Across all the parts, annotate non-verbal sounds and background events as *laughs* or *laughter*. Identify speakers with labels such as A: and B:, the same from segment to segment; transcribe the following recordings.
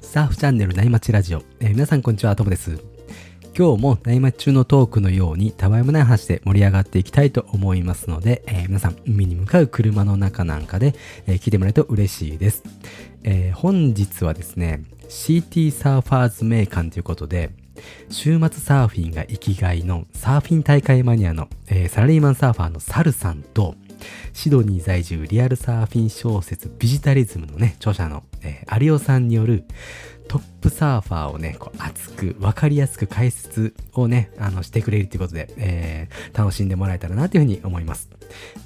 A: サーフチャンネル内町ラジオ、えー皆さんこんにちはトムです今日も内町中のトークのようにたわいもない話で盛り上がっていきたいと思いますので、えー皆さん海に向かう車の中なんかで、えー聞いてもらえると嬉しいです、えー本日はですね CT サーファーズ名館ということで週末サーフィンが生きがいのサーフィン大会マニアの、えーサラリーマンサーファーのサルさんとシドニー在住リアルサーフィン小説ビジタリズムのね著者の、えー、有オさんによるトップサーファーをねこう熱く分かりやすく解説をねあのしてくれるということで、えー楽しんでもらえたらなというふうに思います、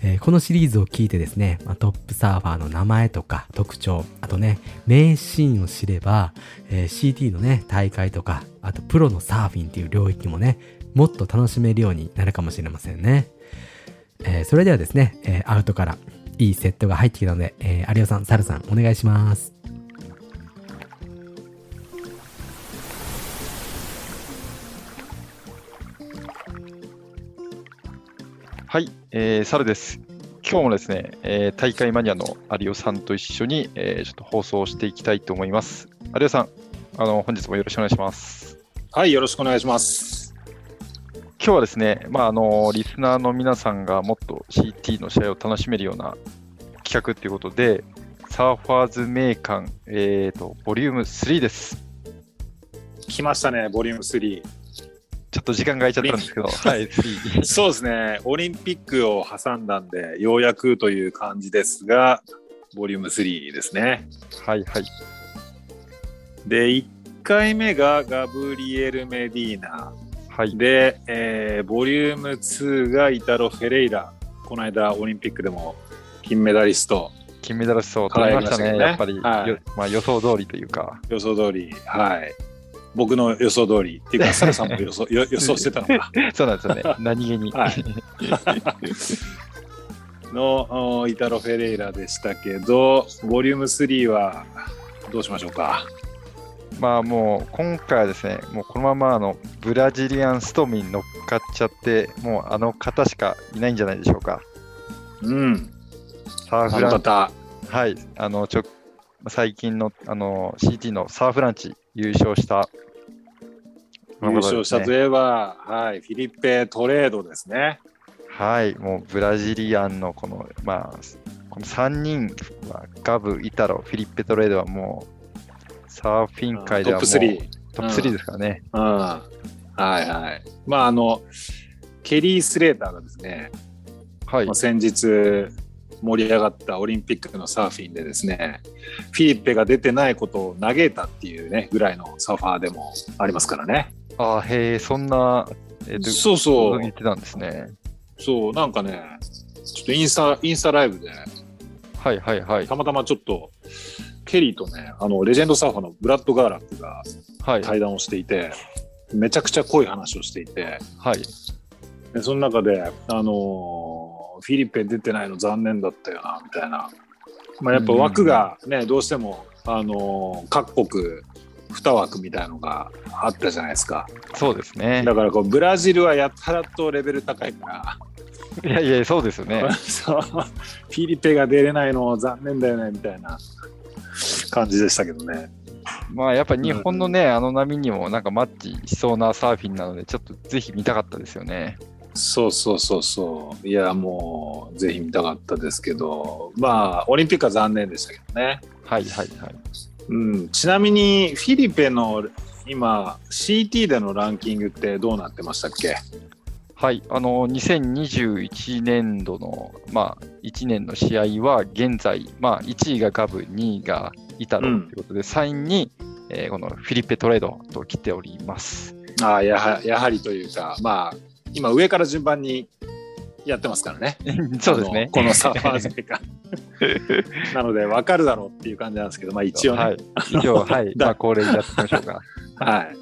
A: えーこのシリーズを聞いてですね、まあトップサーファーの名前とか特徴あとね名シーンを知れば、えー CT のね大会とかあとプロのサーフィンっていう領域もねもっと楽しめるようになるかもしれませんねえーそれではですね、えーアウトからいいセットが入ってきたので、えー、有吉さん、サルさん、お願いします。
B: はい、えー、サルです。今日もですね、えー大会マニアの有オさんと一緒に、えーちょっと放送していきたいと思います。有オさん、あの本日もよろしくお願いします。
C: はい、よろしくお願いします。
B: 今日はですね、まああのリスナーの皆さんがもっと CT の試合を楽しめるような企画ということで、サーファーズ名館、えー、とボリューム3です。
C: 来ましたね、ボリューム3。
B: ちょっと時間が空いちゃったんですけど、はい、3。
C: そうですね、オリンピックを挟んだんで、ようやくという感じですが、ボリューム3ですね。
B: *laughs* はいはい。
C: で、1回目がガブリエル・メディーナ。
B: はい。
C: で、えーボリューム2がイタロ・フェレイラ。この間、オリンピックでも金メダリスト、
B: 金メダリストを取りましたね、
C: はい
B: やっぱり、
C: はい
B: よまあ、予想通りというか、
C: 予想通り、はい。僕の予想通り。っていうか、サラさんも予想よ予想してたのか。
B: そうなんです *laughs* よね、何気に。
C: はいのおイタロ・フェレイラでしたけど、ボリューム3はどうしましょうか。
B: まあもう今回はですね、もうこのままあのブラジリアンストーミーに乗っかっちゃって、もうあの方しかいないんじゃないでしょうか。
C: うん、
B: サー
C: あ
B: フ
C: の
B: ラン
C: 方、
B: はい、あのちょ最近のあの CT のサーフランチ優勝した、
C: 優勝したといえば、はい、フィリッペ・トレードですね。
B: はい、もうブラジリアンのこの、まあ、この3人は、ガブ、イタロ、フィリッペ・トレードはもう、サーフィン界ではもう
C: トップ3。
B: トップ3ですからね。
C: うん、はいはい。まあ、あの、ケリー・スレーターがですね、
B: はい
C: まあ、、先日盛り上がったオリンピックのサーフィンでですね、フィリッペが出てないことを嘆いたっていうね、ぐらいのサーファーでもありますからね。
B: ああ、へえ、そんな、えっと、
C: そうそう
B: 言。ってたんですね。
C: そう、なんかね、ちょっとインスタ、インスタライブで、
B: はいはいはい。
C: たまたまちょっと、ケリーとね、あの、レジェンドサーファーのブラッド・ガーラックが
B: はい。
C: 対談をしていて、めちゃくちゃ濃い話をしていて、
B: はい。
C: でその中で、あのーフィリッペ出てないの残念だったよな、みたいな。まあ、やっぱ枠がね、どうしても、あのー各国、2枠みたいのがあったじゃないですか。
B: そうですね。
C: だからこう、ブラジルはやたらとレベル高いから、
B: いやいや、そうですよね。
C: *laughs* そうフィリペが出れないの残念だよねみたいな感じでしたけどね。
B: まあ、やっぱり日本のね、あの波にもなんかマッチしそうなサーフィンなので、ちょっとぜひ見たかったですよね。
C: そうそうそうそう。いやもうぜひ見たかったですけど、まあオリンピックは残念でしたけどね。
B: はいはいはい。
C: うん、ちなみにフィリペの今 CT でのランキングってどうなってましたっけ
B: はい、あの2021年度の、まあ、1年の試合は現在、まあ、1位がガブ、2位がイタロ
C: う
B: と
C: ん
B: いうことで、3位に、えーこのフィリペ・トレードと来ております。
C: ああやはやはりというか、まあ今上から順番にやってますからね。
B: そうです
C: あ
B: ね
C: の。このサーファーズメ
B: *laughs*
C: ーカーなので分かるだろうっていう感じなんですけど、まあ一応ね。
B: はい、一応、はい、
C: *laughs* だ
B: まあ、恒例にやっていきましょうか。
C: はい。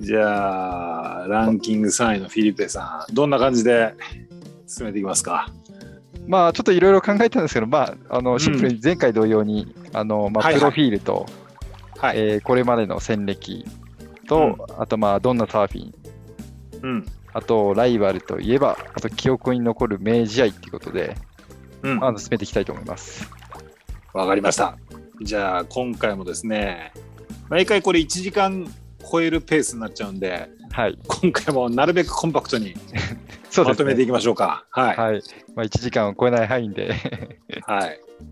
C: じゃあ、ランキング3位のフィリペさん、どんな感じで進めていきますか
B: まあ、ちょっといろいろ考えたんですけど、まあ、あの
C: ん
B: シンプルに前回同様に、あのまあ、
C: はい
B: プ
C: はい
B: ロフィールと、
C: はい。
B: えーこれまでの戦歴と、あと、まあ、どんなサーフィン、
C: うん。
B: あと、ライバルといえば、あと、記憶に残る名試合ということで、
C: うん。
B: ま
C: わ
B: あ、進めていきたいと思います。
C: かりました。じゃあ今回もですね毎回これ1時間超えるペースになっちゃうんで
B: はい。
C: 今回もなるべくコンパクトに
B: そうですね。
C: まとめていきましょうかはいは
B: はい。まあ、1時間を超えない範囲で。 *laughs*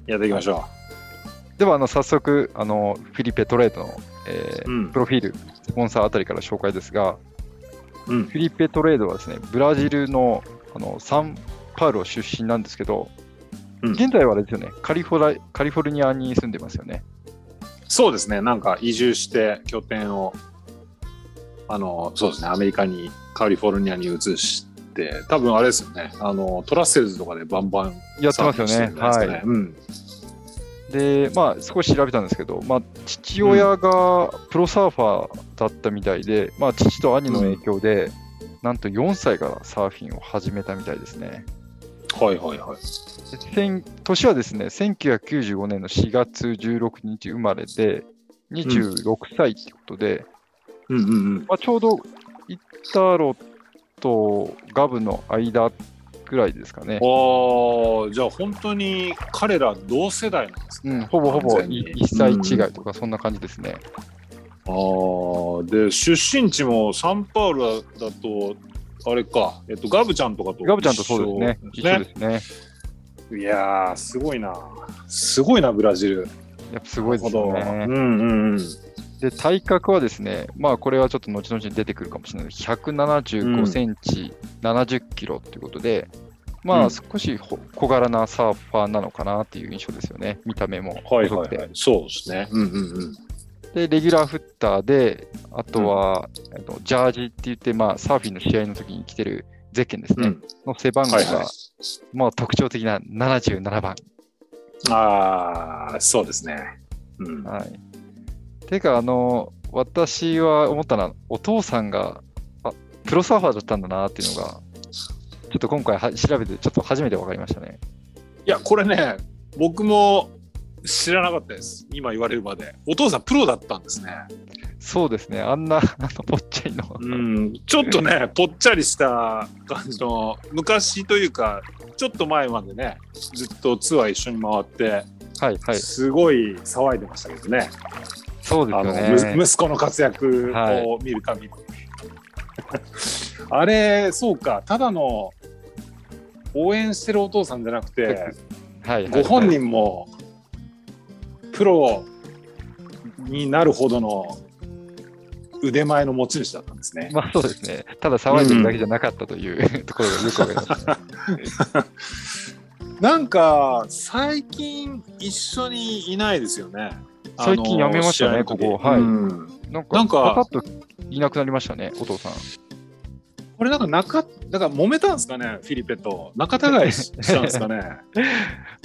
C: い、やっていきましょ
B: では、あの、早速、あの、フィリペトレードの、え
C: う、
B: ー
C: うん
B: プロフィール、スポンサーあたりから紹介ですが、
C: うん
B: フィリペトレードはですね、ブラジルのあのサンパウロ出身なんですけど、
C: うん
B: 現在はあれですよねカリフォラ、カリフォルニアに住んでますよね。
C: そうですねなんか移住して拠点をあのそうですねアメリカにカリフォルニアに移して多分あれですよねあのトラッセルズとかでバンバン
B: やってますよね。
C: サービスしてるんじゃないです
B: は
C: かねうん
B: い。で、まあ、少し調べたんですけど、まあ、父親がプロサーファーだったみたいで、まあ、父と兄の影響で、なんと4歳からサーフィンを始めたみたいですね。
C: はいはいはい
B: で千年はですね、1995年の4月16日生まれで、26歳ってことで、
C: うんうんうん
B: まあ、ちょうどイッターロとガブの間ぐらいですかね。
C: ああじゃあ本当に彼ら同世代なんです
B: う
C: ね、
B: ん、ほぼほぼ
C: 完全に
B: 1歳違いとか、そんな感じですね。
C: あーで出身地もサンパウロだとあれか、えっと、ガブちゃんとかと
B: ガブちゃんとそうですね。
C: 一緒
B: 一緒ですね。
C: いやーすごいなすごいなブラジル
B: やっぱすごいですよ
C: なる
B: ね
C: ほ。どうんうんうん
B: で、体格はですね、まあこれはちょっと後々に出てくるかもしれないです175センチ、70キロということで、ま
C: う
B: あ
C: ん
B: 少しほ小柄なサーファーなのかなっていう印象ですよね。見た目も。
C: はい
B: 細
C: は
B: く
C: い、は
B: て
C: い、そうですねうんうんうん
B: で、レギュラーフッターで、あとは、えっとジャージって言って、まあ、サーフィンの試合の時に着てるゼッケンです
C: う
B: ね、
C: ん
B: の背番号が、
C: はいはい
B: まあ、特徴的な77番。
C: ああそうですねうん
B: はい、てか、あの、私は思ったのは、お父さんがあプロサーファーだったんだなっていうのが、ちょっと今回は調べて、ちょっと初めて分かりましたね。
C: いやこれね僕も知らなかったです今言われるまでお父さんプロだったんですね
B: そうですね、あんな、あの、ぽっちゃいの。
C: うん、ちょっとね、ぽっちゃりした感じの、昔というか、ちょっと前までね、ずっとツアー一緒に回って、
B: はいはい。
C: すごい騒いでましたけどね、
B: そうです
C: あ
B: よ
C: の
B: ね
C: む。息子の活躍を見るたびに。 *laughs* あれ、そうか、ただの応援してるお父さんじゃなくて、
B: はいはい、
C: ご本人もプロになるほどの腕前の持ち主だったんですね。
B: まあそうですね。ただ騒いでるだけじゃなかったという、 *laughs* ところがよくわかります、ね。
C: なんか最近一緒にいないですよね。
B: 最近やめましたね
C: あの試合の時
B: ここはい
C: うん
B: なんか、
C: なんか
B: パタッといなくなりましたね、お父さん。
C: これなんか中だから揉めたんですかね、フィリペと仲違いししたんですかね。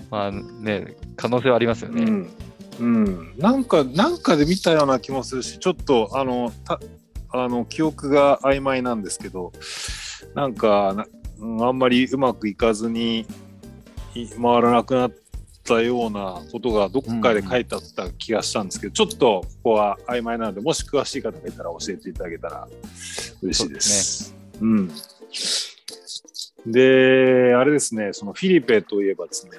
B: まあね、可能性はありますよ
C: う
B: ね。
C: ん、うん、なんかなんかで見たような気もするし、ちょっとあのたあの記憶が曖昧なんですけど、なんかなうんあんまりうまくいかずにい回らなくなったようなことがどっかで書いてあった気がしたんですけど、ちょっとここは曖昧なので、もし詳しい方がいたら教えていただけたら嬉しいです。うん。で、あれですね、そのフィリペといえばですね、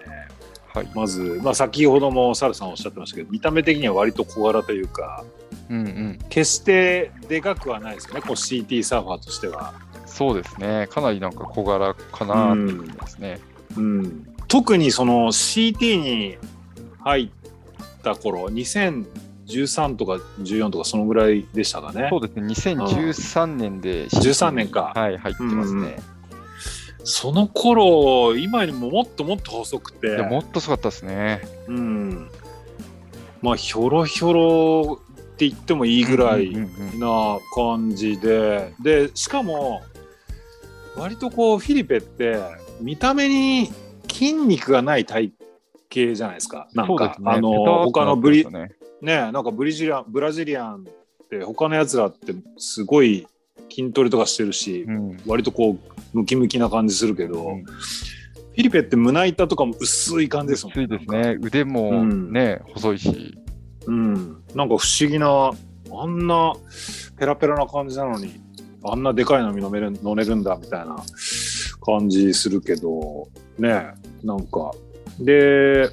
B: はい。
C: まず、まあ、先ほどもサルさんおっしゃってましたけど見た目的には割と小柄というか
B: うんうん。
C: 決してでかくはないですよねこう CT サーファーとしては、
B: そうですね。かなりなんか小柄かなって思いますね。
C: うん、特にその CT に入った頃2013とか14とかそのぐらいでしたかね
B: そうですね。2013年で、
C: 13年か
B: はい、入ってます
C: うんうん
B: ね。
C: その頃今よりももっともっと細くて
B: でもっとすごかったですね。
C: うん、まあひょろひょろって言ってもいいぐらい、
B: うんうんうん
C: な感じででしかも割とこうフィリペって見た目に筋肉がない体型じゃないですかなん
B: そう
C: か
B: で、すね。
C: あ
B: ペタ
C: の
B: ワーク
C: 他の
B: なって
C: ブ
B: まし
C: リ
B: たね
C: ねなんかブリジリアンブラジリアンって他のやつらってすごい筋トレとかしてるし、
B: うん。
C: 割とこうムキムキな感じするけど、
B: うん
C: フィリペって胸板とかも薄い感じですもん
B: 薄いです
C: なんか
B: ね。腕もね、細いし。
C: うん、なんか不思議なあんなペラペラな感じなのにあんなでかいのに飲める飲めるんだみたいな感じするけどねなんかで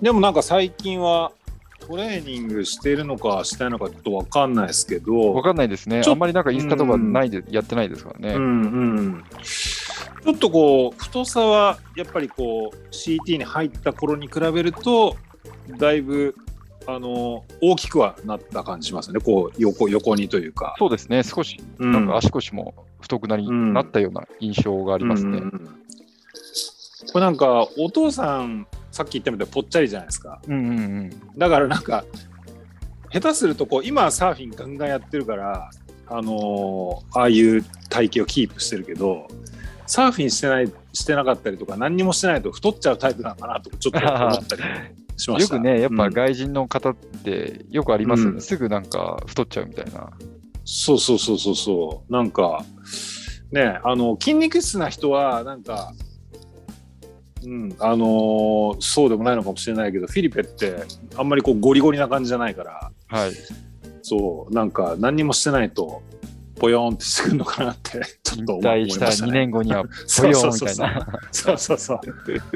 C: でもなんか最近はトレーニングしてるのかしてないのかちょっとわかんないですけど、
B: わかんないですね
C: ちょ
B: あんまりなんかインスタとかないで、やってないですからね、
C: うんうん、ちょっとこう太さはやっぱりこう CT に入った頃に比べるとだいぶあの大きくはなった感じしますねこう横横にというか。
B: そうですね少し
C: うん
B: なんか足腰も太くなり、
C: うん
B: なったような印象がありますね、
C: うんうんうんこれなんかお父さんさっき言ったみたいにぽっちゃりじゃないですか
B: うんうんうん
C: だからなんか下手するとこう今はサーフィンガンガンやってるからあのーああいう体型をキープしてるけどサーフィンしてないしてなかったりとか何にもしてないと太っちゃうタイプなのかなとかちょっと思ったりしま
B: *laughs* よ
C: した
B: くねやっぱ
C: うん
B: 外人の方ってよくありますよね、
C: うん
B: すぐなんか太っちゃうみたいな
C: そうそうそうそうそうなんかねあの筋肉質な人はなんかうんあのーそうでもないのかもしれないけどフィリペってあんまりこうゴリゴリな感じじゃないから *laughs*
B: はい
C: そうなんか何にもしてないとぽよんってしてくるのかなって *laughs* ちょ
B: 引
C: っと思い
B: 退
C: ま
B: した
C: し
B: 2
C: たね。
B: 年後には
C: そ
B: ぽ
C: う
B: よ
C: *laughs* そ
B: ん
C: う
B: み
C: そう
B: たい *laughs*
C: そう
B: な
C: そうそうそう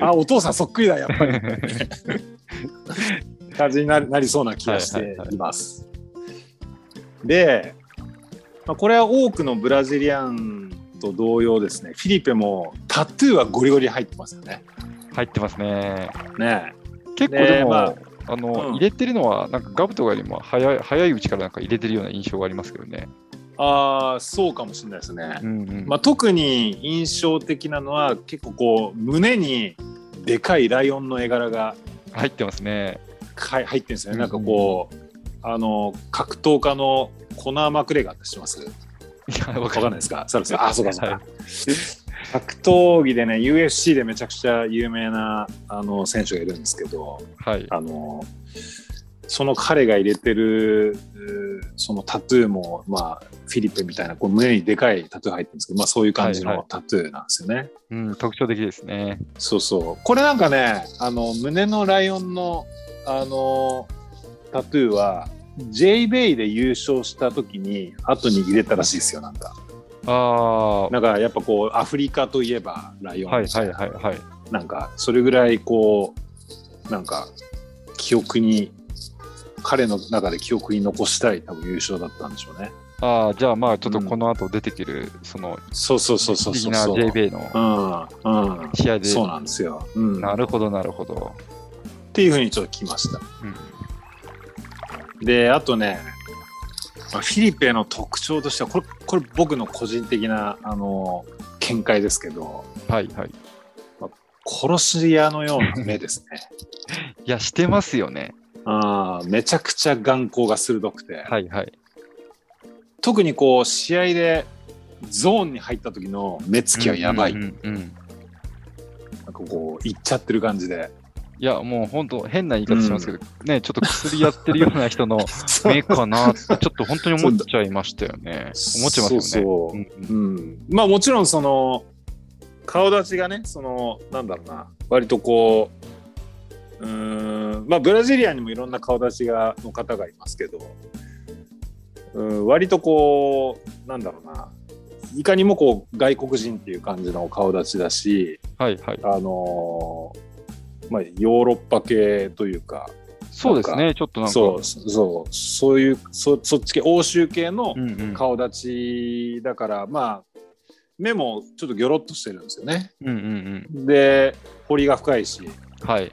C: あお父さんそっくりだやっぱり感じになりなりそうな気
B: *laughs*
C: がしています。で、まあ、これは多くのブラジリアンと同様ですねフィリペもタトゥーはゴリゴリ入ってますよね。
B: 入ってますね
C: ね
B: 結構でも、
C: ねまあ
B: あの
C: うん
B: 入れてるのはなんかガブとかよりも早い早いうちからなんか入れてるような印象がありますけどね、
C: ああそうかもしれないですね。
B: うんうん
C: まあ、特に印象的なのは結構こう胸にでかいライオンの絵柄が
B: 入ってますね
C: か入ってるんですよね。なんかこう、あの格闘家のコナー・マクレガーってします
B: いやわ
C: *laughs* わかんないですかそうですあ、そうか、そう
B: は
C: か。格闘技でね、UFC でめちゃくちゃ有名なあの選手がいるんですけど、
B: はい
C: あのその彼が入れてるうーそのタトゥーも、まあ、フィリッペみたいなこう胸にでかいタトゥー入ってるんですけど、まあ、そういう感じ
B: はいは
C: の
B: い
C: タトゥーなんですよね。
B: うん、特徴的ですね
C: そうそう。これなんかね、あの胸のライオンのあのタトゥーは J ベイで優勝した時に後に入れたらしいですよなんか。
B: あ
C: なんかやっぱこうアフリカといえばライ
B: あ
C: オン、
B: はいはいはいはい
C: なんかそれぐらいこうなんか記憶に彼の中で記憶に残したい多分優勝だったんでしょうね。
B: ああじゃあまあちょっとこの後出てくる、その
C: そうそうそうそう
B: 的
C: そう
B: な
C: そう。
B: j b の
C: うんうん。
B: 試合で、
C: そうなんですよ。うん。
B: な
C: っ
B: るほどなるほど、
C: ていうふうにちょっと聞きました。
B: うん
C: であとねまあフィリペの特徴としてはこれこれ僕の個人的なあの見解ですけど
B: はいはい
C: 殺し屋のような目です
B: *laughs*
C: ね
B: いやしてますよね
C: あーめちゃくちゃ眼光が鋭くて、
B: はいはい
C: 特にこう試合でゾーンに入った時の目つきはやばい、
B: うんうんうん
C: なんかこういっちゃってる感じで
B: いやもう本当変な言い方しますけど、ねちょっと薬やってるような人の
C: *laughs*
B: 目かなってちょっと本当に思っちゃいましたよね思っちゃいますよね
C: そうそ
B: うん
C: う
B: うん
C: うん、まあもちろんその顔立ちがねそのなんだろうな割とこううーんまあブラジリアンにもいろんな顔立ちがの方がいますけどうん割とこうなんだろうないかにもこう外国人っていう感じの顔立ちだし
B: はいはい
C: あのーまあヨーロッパ系というか
B: そうですねちょっとなんか
C: そうそうそういうそそっち系欧州系の、
B: うんうん
C: 顔立ちだからまあ目もちょっとギョロッとしてるんですよね
B: うんうん
C: で彫りが深いし、
B: うんはい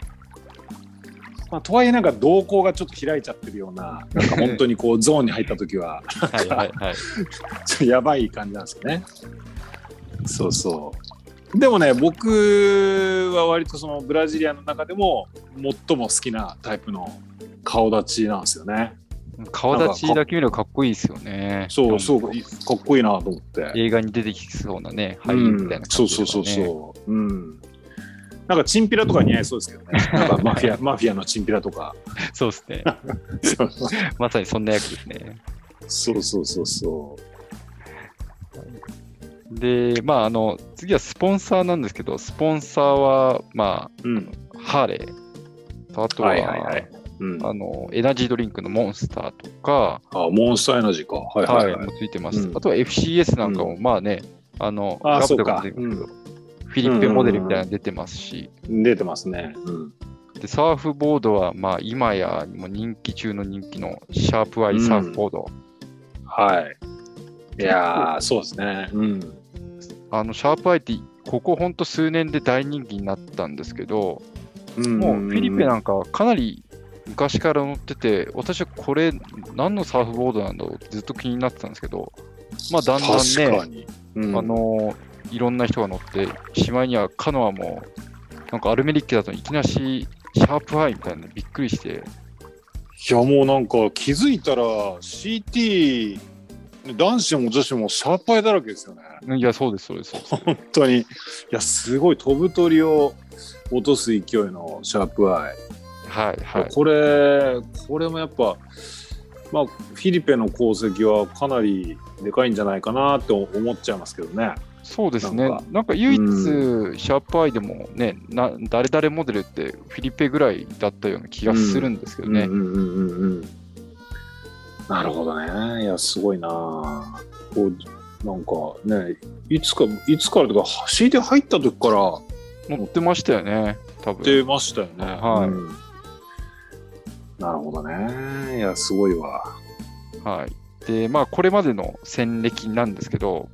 C: まあ、とはいえなんか瞳孔がちょっと開いちゃってるようななんか本当にこうゾーンに入った時は *laughs*
B: はいはいはい
C: ちょっとやばい感じなんですよねそうそうでもね僕は割とそのブラジリアンの中でも最も好きなタイプの顔立ちなんですよね
B: 顔立ちだけ見るとかっこいいですよね
C: そうそう
B: ど
C: か
B: んどん
C: っこいいなと思って
B: 映画に出てきそうなね俳優みたいな感じ、ね
C: うん、そうそうそうそう、うん、なんかチンピラとか似合いそうですけどねなんか *laughs* マフィアマフィアのチンピラとか
B: そうですね
C: *laughs* そう
B: まさにそんな役ですね
C: そうそうそうそ
B: でまああの次はスポンサーなんですけどスポンサーはま
C: う、うん、
B: あハーレーとあとは,、
C: はいはいはい、うん、
B: あのエナジードリンクのモンスターとか、
C: あモンスターエナジーかはい
B: は
C: はいい、はい
B: もついてます、
C: うん
B: あとは FCS なんかも、まあねあの
C: あ
B: ラブ
C: そう
B: とかも
C: か
B: 出てますけどフィリッペモデルみたいなの出てますし、
C: 出てますね、うん、
B: で、サーフボードは、まあ、今やもう人気中の人気のシャープアイサーフボード。
C: はい。いやー、そうですね。うん。
B: あの、シャープアイって、ここほんと数年で大人気になったんですけど、
C: うん
B: もうフィリペなんかかなり昔から乗ってて、私はこれ何のサーフボードなんだろうってずっと気になってたんですけど、まあだんだん
C: 確か
B: ね、
C: に。うん
B: あのいろんな人が乗って、しまいにはカノアも、なんかアルメリッケだといきなしシャープアイみたいなのびっくりして、
C: いやもうなんか気づいたら CT 男子も女子もシャーパイだらけですよね
B: いや、そうです、そうです。そうです
C: 本当にいやすごい飛ぶ鳥を落とす勢いのシャープアイ、
B: はい、はい。
C: これこれもやっぱまあフィリペの功績はかなりでかいんじゃないかなって思っちゃいますけどね
B: そうですね。
C: な
B: なんんか唯一、
C: う
B: シャープアイでもね、な誰々モデルってフィリペぐらいだったような気がするんですけどね。
C: うんうんうんうんうんなるほどねいやすごいなこうなんかねいつかいつからとか CT 入った時から
B: 乗ってましたよね、多分。
C: 出ましたよね。
B: はい
C: うんなるほどね。いや、すごいわ。
B: はい。で、まあ、これまでの戦歴なんですけど、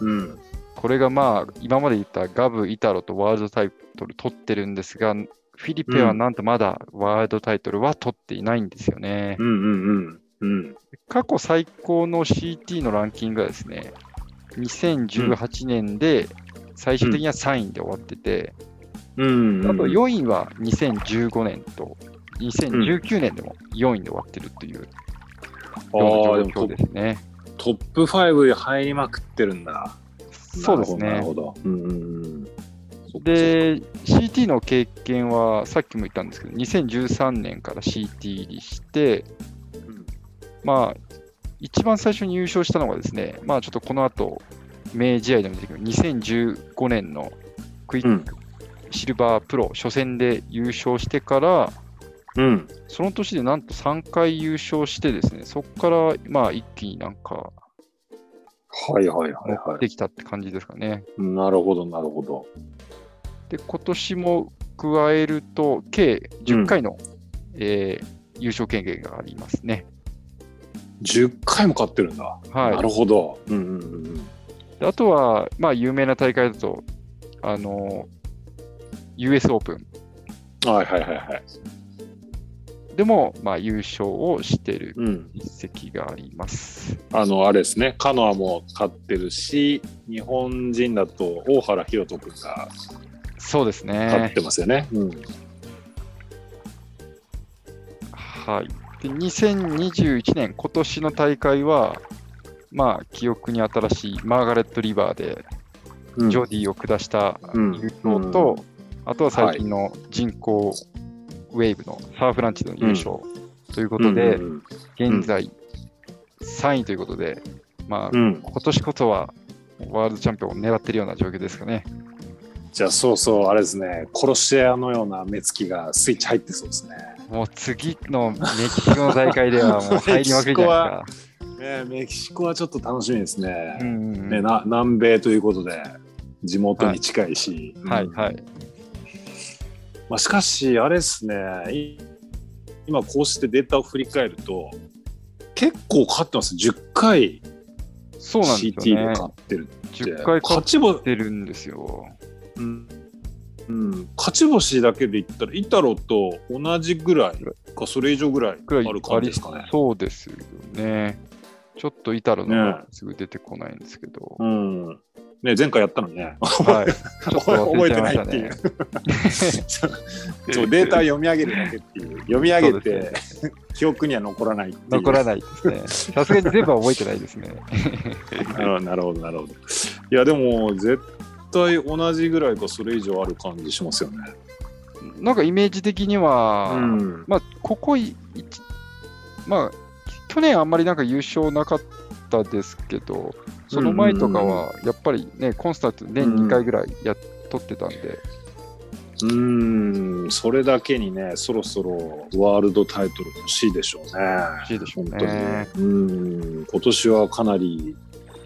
C: うん。
B: これがまあ、今まで言ったガブ、イタロとワールドタイトル取ってるんですが、フィリペはなんとまだワールドタイトルは取っていないんですよね。
C: うんうんうん。うん。
B: 過去最高の CT のランキングがですね、2018年で最終的には3位で終わってて、
C: うん、
B: あと4位は2015年と、2019年でも4位で終わってるというよう
C: あ
B: な
C: あ、でも
B: 状況
C: ト
B: ですね。
C: トップ5に入りまくってるんだ。
B: そうです
C: なる
B: ね。
C: ほど。なるほどうんうんうん。
B: で、CT の経験はさっきも言ったんですけど、2013年から CT 入りして、
C: うん
B: まあ、一番最初に優勝したのがですね、まあちょっとこの後、明治合でも出てくる2015年のクイックシルバープロ初戦で優勝してから、
C: うん。
B: その年でなんと3回優勝してですね、そこからまあ一気になんか
C: はいはいはい
B: 持
C: は
B: ってきたって感じですかね。
C: い。なるほどなるほど。
B: で、今年も加えると、計10回の、えー優勝権限がありますね。
C: 10回も勝ってるんだ。な
B: は
C: るほど。うんうんうんうん。
B: い。であとは、まあ、有名な大会だと、あのー US オープン
C: はいはいはいはい。
B: でも、まあ、優勝をしている
C: うん。
B: 実績があります。
C: あの、あれですね。カノアも勝ってるし、日本人だと大原ひろとくんが
B: そうです
C: 勝っ
B: ね。
C: てますよね。うん。
B: はい。で、2021年、今年の大会は、まあ、記憶に新しいマーガレット・リバーで、ジョディを下した
C: うん
B: 優勝と、あとは最近の人工ウェーブのサーフランチの優勝ということで、
C: うん
B: 現在3位ということで、まあ、
C: うんうん
B: 今年こそはワールドチャンピオンを狙ってるような状況ですかね。
C: じゃあそうそうあれですね殺し屋のような目つきがスイッチ入ってそうですね
B: もう次のメキシコの大会で
C: *laughs*
B: はもう入りまくりじゃないですか。
C: ねメキシコはちょっと楽しみですね,、
B: うんうん
C: ねな南米ということで地元に近いし、
B: はい
C: うん
B: はい。
C: まあ、しかしあれですねい今こうしてデータを振り返ると結構勝ってます10回
B: そうなんです
C: CT
B: よ
C: で
B: ね。
C: 勝ってるって、
B: 10回勝
C: 勝
B: っ
C: ち星、
B: てるんですよ。
C: うんうん勝ち星だけで言ったらイタロと同じぐらいかそれ以上ぐらいあ
B: くらい
C: る感じですかね
B: ありそうですよね。ちょっとイタロの
C: ね
B: 方すぐ出てこないんですけど。
C: うん。ね、前回やったのに *laughs* ね。
B: はい。ちょっと忘れちゃいました
C: 覚えてない
B: ね
C: っ。 *laughs* そうデータを読み上げるだけっていう。読み上げ
B: そう
C: て、記憶には残らないっていう。
B: 残ら
C: ない。
B: ないですね。
C: *laughs*
B: さすがに全部は覚えてないですね。
C: なるほど、なるほど。いや、でも、絶対同じぐらいか、それ以上ある感じしますよね。
B: なんかイメージ的には、
C: ん。
B: まあ、ここい、いちまあ、去年あんまりなんか優勝なかったですけど、その前とかは、やっぱりね、コンスタントに年2回ぐらいやっとってたんで、
C: うん、それだけにね、そろそろワールドタイトル欲しいでしょうね。
B: 欲しいでしょう
C: 本当に。
B: ね。
C: うん、今年はかなり、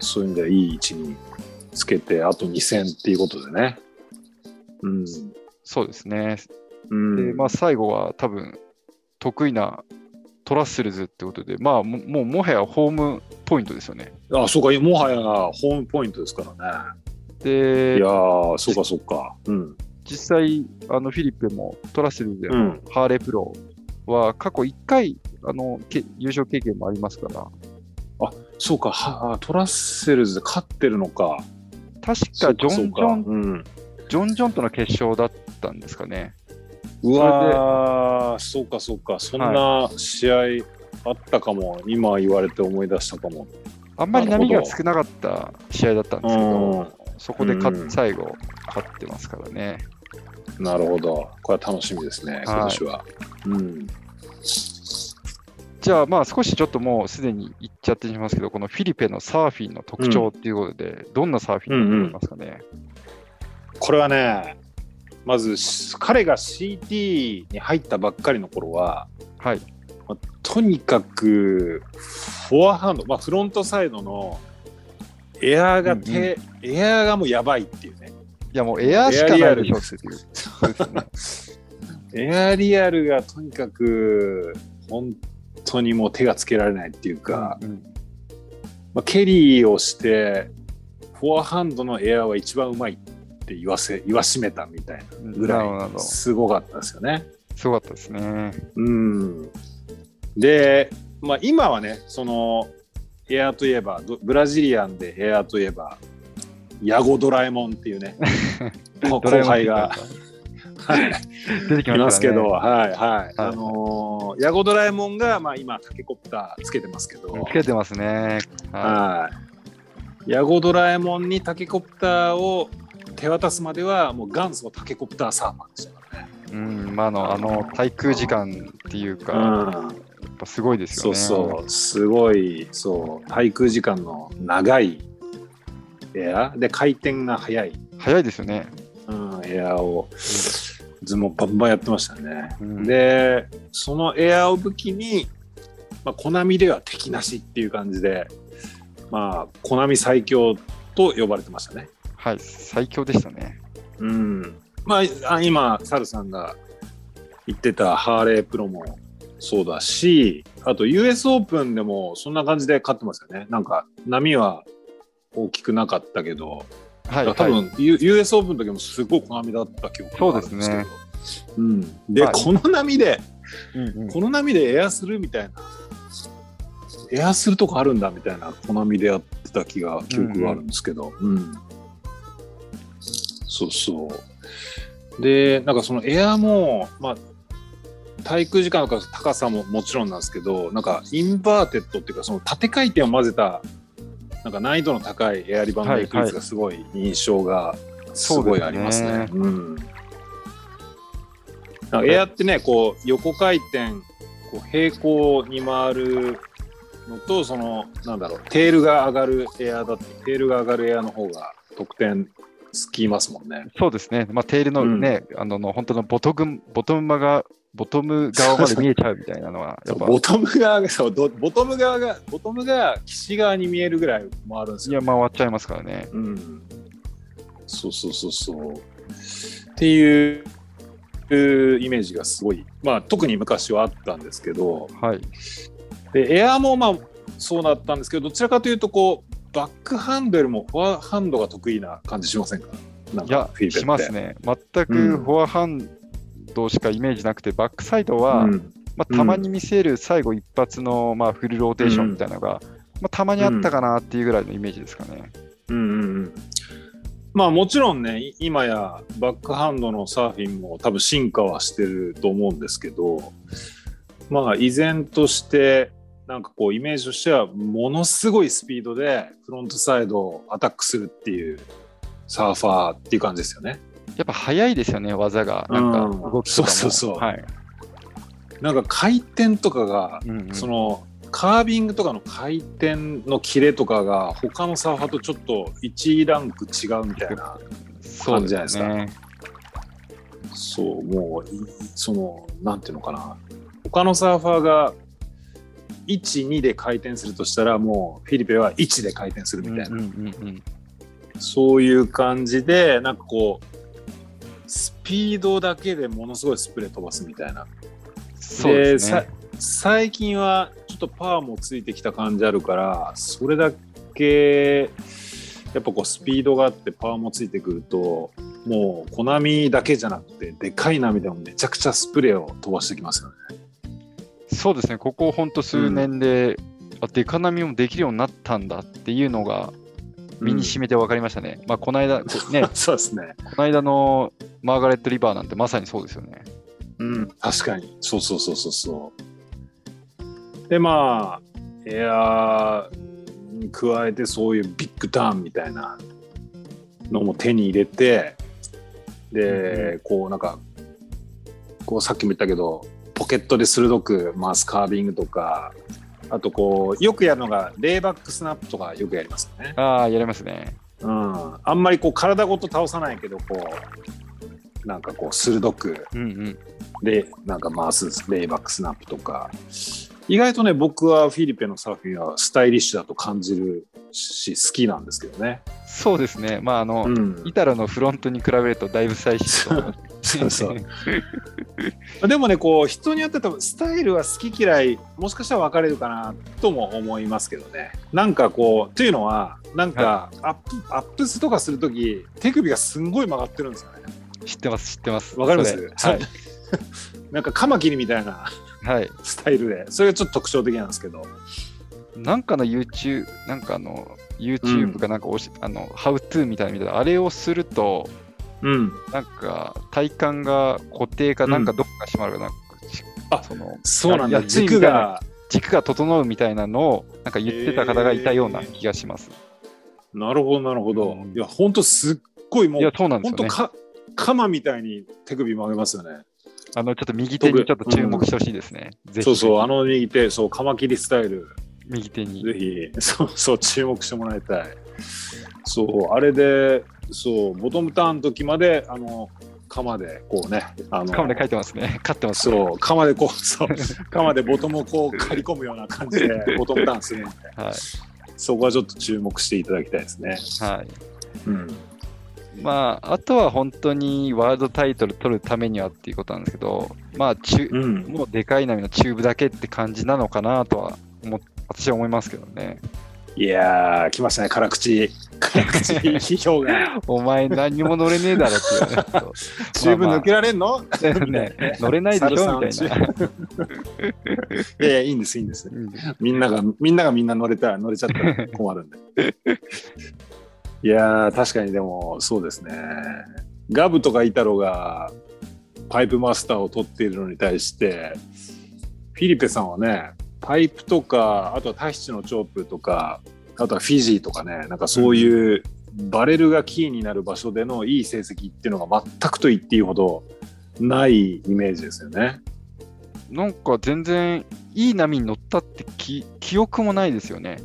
C: そういう意味ではいい位置につけて、あと2戦っていうことでね。うん。
B: そうですね。
C: うん
B: で、まあ、最後は多分得意なトラッスルズってことで、まあ、ももうもはやホームポイントですよね。
C: あ、そうか、もはやホームポイントですからね。い
B: で
C: や、ー、そうか、そうか。うん。
B: 実際、あのフィリップもトラッスルズで
C: うん。
B: ハーレープロは過去1回あのけ優勝経験もありますから、
C: そうか、はあトラッセルズで勝ってるのか。
B: 確
C: そ
B: か
C: う
B: ジョン・ジ
C: か、そうか。
B: ョン
C: うん。
B: ジョン・ジョンとの決勝だったんですかね。
C: うわーそうかそうかそんな試合あったかも、今言われて思い出したかも
B: あんまり
C: なるほ
B: 波
C: ど
B: が少なかった試合だったんですけど、そこで勝っ
C: うん
B: 最後、勝ってますからね。
C: なるほどこれは楽しみですね今年は、うん
B: じゃあ、まあ少しちょっともうすでに言っちゃってしまいますけど、このフィリペのサーフィンの特徴っていうことで、どんなサーフィンになりますかね。
C: これはねまずし彼が CT に入ったばっかりの頃は
B: はい。
C: とにかくフォアハンド、まあ、フロントサイドのエアーが手、エアーがもうやばいっていうね
B: いや、もうエアーしかないでしょっていう。
C: エアリアルがとにかく本当にもう手がつけられないっていうか、
B: うんうん
C: まあ、ケリーをしてフォアハンドのエアは一番うまいって言わせ言わしめたみたいなぐ
B: な
C: ら
B: るほどなるほ
C: い
B: ど
C: すごかったですよね。
B: すごかったですね。
C: うん、で、まあ、今はねそのエアといえばどブラジリアンでエアといえばヤゴドラえもんっていうねこ後輩が。はい
B: 出てきましたね。
C: いますけど、はいはい。
B: はい
C: あのーヤゴドラえもんが、まあ今、タケコプターつけてますけど、
B: つけてますね。は
C: はい。ヤゴドラえもんにタケコプターを手渡すまでは、もう元祖タケコプターサーバーでしたからね。
B: い。うん、まああの、あの、対空時間っていうか、や
C: うん
B: っぱすごいです
C: そ
B: よ
C: う
B: ね。
C: そう、すごい、そう、滞空時間の長いエアで、回転が速い、
B: 早いですよね。
C: うん、エアを、ズもバンバンやってましたね。
B: うん
C: でそのエアを武器に、まあ、コナミでは敵なしっていう感じで、まあ、コナミ最強と呼ばれてましたね。
B: はい、最強でしたね。
C: うんまあ、あ今サルさんが言ってたハーレープロもそうだしあと US オープンでもそんな感じで勝ってますよね。なんか波は大きくなかったけど、
B: はい、
C: 多
B: はい
C: 分、U- US オープンの時もすごいコナミだった記憶があるんですけど。
B: そう
C: うん、で、
B: はい
C: この波で
B: うんうん
C: この波でエアするみたいなエアするとこあるんだみたいなこの波でやってた気が記憶があるんですけど、うんそうそうでなんかそのエアもまあ滞空時間とか高さももちろんなんですけどなんかインバーテッドっていうかその縦回転を混ぜたなんか難易度の高いエアリバウンドエクイズがすごい印象がすごいありますね。
B: そうです
C: うんなんかエアってね、こう横回転、こう平行に回るのと、その、なんだろう、テールが上がるエアだって、テールが上がるエアの方が得点つきますもんね。
B: そうですね。まあ、テールのね、あの、の本当のボトム、ボトムが、ボトム側まで見えちゃうみたいなのは、やっぱ、
C: ボトム側が、そう、どボトム側が、ボトムが岸側に見えるぐらい回るんです
B: い
C: よ。
B: や、回っちゃいますからね。
C: うん。そうそうそうそう。っていう、いうイメージがすごい、まあ、特に昔はあったんですけど、
B: はい。
C: でエアーもまあそうだったんですけどどちらかというとこうバックハンドよりもフォアハンドが得意な感じしませんかなん
B: いや
C: か、フィリペって
B: しますね。全
C: う
B: く
C: ん
B: フォアハンドしかイメージなくて、バックサイド
C: う
B: は、
C: ん
B: まあ、たまに見せる最後一発の、まあ、フルローテーションみたいなのが、まあ、たまにあったかなっていうぐらいのイメージですかね。
C: うんうんうんまあもちろんねい今やバックハンドのサーフィンも多分進化はしてると思うんですけどまあ依然としてなんかこうイメージとしてはものすごいスピードでフロントサイドをアタックするっていうサーファーっていう感じですよね。
B: やっぱ早いですよね、技が。なんか
C: う
B: 動き
C: ん
B: とかも、
C: そうそうそう
B: はい。
C: なんか回転とかが
B: うんうん
C: そのカービングとかの回転のキレとかが他のサーファーとちょっと1ランク違うみたいな
B: そう
C: 感じじゃな
B: で
C: いですす
B: ね。
C: そうもういそのなんていうのかな他のサーファーが12で回転するとしたらもうフィリペは1で回転するみたい
B: う
C: な、
B: んうんうんうん
C: そういう感じでなんかこうスピードだけでものすごいスプレー飛ばすみたいな。
B: そうですね。
C: さ最近はちょっとパワーもついてきた感じあるからそれだけやっぱこうスピードがあってパワーもついてくるともうコナミだけじゃなくてでかい波でもめちゃくちゃスプレーを飛ばしてきますよね。
B: そうですね、ここほんと数年で、あデカ波もできるようになったんだっていうのが、身にし
C: み、
B: みて分かりましたね。まあ、この
C: *laughs*
B: 間、こね、こ
C: そうですね。
B: の間のマーガレット・リバーなんてまさにそうですよね。
C: うん、確かに。そうそうそうそうそう。で、まあ、エアーに加えてそういうビッグターンみたいなのも手に入れて、で、こうなんか、こうさっきも言ったけど、ポケットで鋭く回すカービングとか、あとこう、よくやるのが、レイバックスナップとかよくやりますよね。
B: ああ、やりますね。
C: うん。あんまりこう、体ごと倒さないけど、こう、なんかこう、鋭く
B: うんうん。
C: で、なんか回すレイバックスナップとか、意外とね、僕はフィリペのサーフィンはスタイリッシュだと感じるし、好きなんですけどね。
B: そうですね。まあ、あの、
C: うん
B: イ。タロのフロントに比べるとだいぶ最新と思う。
C: そうそう。 *laughs* でもね、こう、人によって多分、スタイルは好き嫌い、もしかしたら分かれるかなとも思いますけどね。なんかこう、というのは、なんかアップ、アップスとかするとき、手首がすんごい曲がってるんですよね。
B: *laughs* 知ってます、知ってます。
C: わかります
B: それはい。
C: *laughs* なんか、カマキリみたいな
B: はい。
C: スタイルで、それがちょっと特徴的なんですけど。
B: なんかの YouTube、なんかあの、YouTube かなんかおし、あの、How to みたいなみたいな、あれをすると、
C: うん。
B: なんか体幹が固定か、
C: うん
B: なんかどっか締まるかなんか、し
C: あ
B: その
C: そうなんだ。
B: いやついみた
C: 軸
B: いな
C: が。
B: 軸が整うみたいなのを、なんか言ってた方がいたような
C: へー
B: 気がします。
C: なるほどなるほど、
B: うん
C: いやほんとすっごいも
B: いうや、そうなんで
C: ほ
B: す
C: ん
B: よ
C: と
B: ね。
C: か鎌みたいに手首曲げますよね
B: あの、ちょっと右手にちょっと注目してほしいですね。ぜひ、
C: そうそうあの右手そう鎌切りスタイル
B: 右手に。
C: ぜひそうそう注目してもらいたいそうあれでそうボトムターンの時まであの鎌でこうねあの
B: カメラ書いてますね。 *laughs* 勝ってますね。
C: そう鎌でこうそう鎌でボトムをこう刈り込むような感じでボトムターンするんで
B: はい。
C: そこはちょっと注目していただきたいですね
B: はい。
C: うん
B: まあ、あとは本当にワールドタイトル取るためにはっていうことなんですけど、まあ、チュ
C: うん
B: もうでかい波のチューブだけって感じなのかなとは思っ、私は思いますけどね。
C: いやー来ましたね辛口辛口 *laughs* 批評が
B: お前何にも乗れねえだろっていうねそ
C: *laughs*
B: う。
C: 十分抜けられんの、
B: ね、乗れないでしょみたいな。
C: いやいやいいんですいいんです
B: うん
C: みんながみんながみんな乗れたら乗れちゃった *laughs* ら困るんでいやー確かにでもそうですねガブとかイタロがパイプマスターを取っているのに対してフィリペさんはねパイプとかあとはタヒチのチョープとかあとはフィジーとかねなんかそういうバレルがキーになる場所でのいい成績っていうのが全くと言っていいほどないイメージですよね。
B: なんか全然いい波に乗ったってき記憶もないですよね。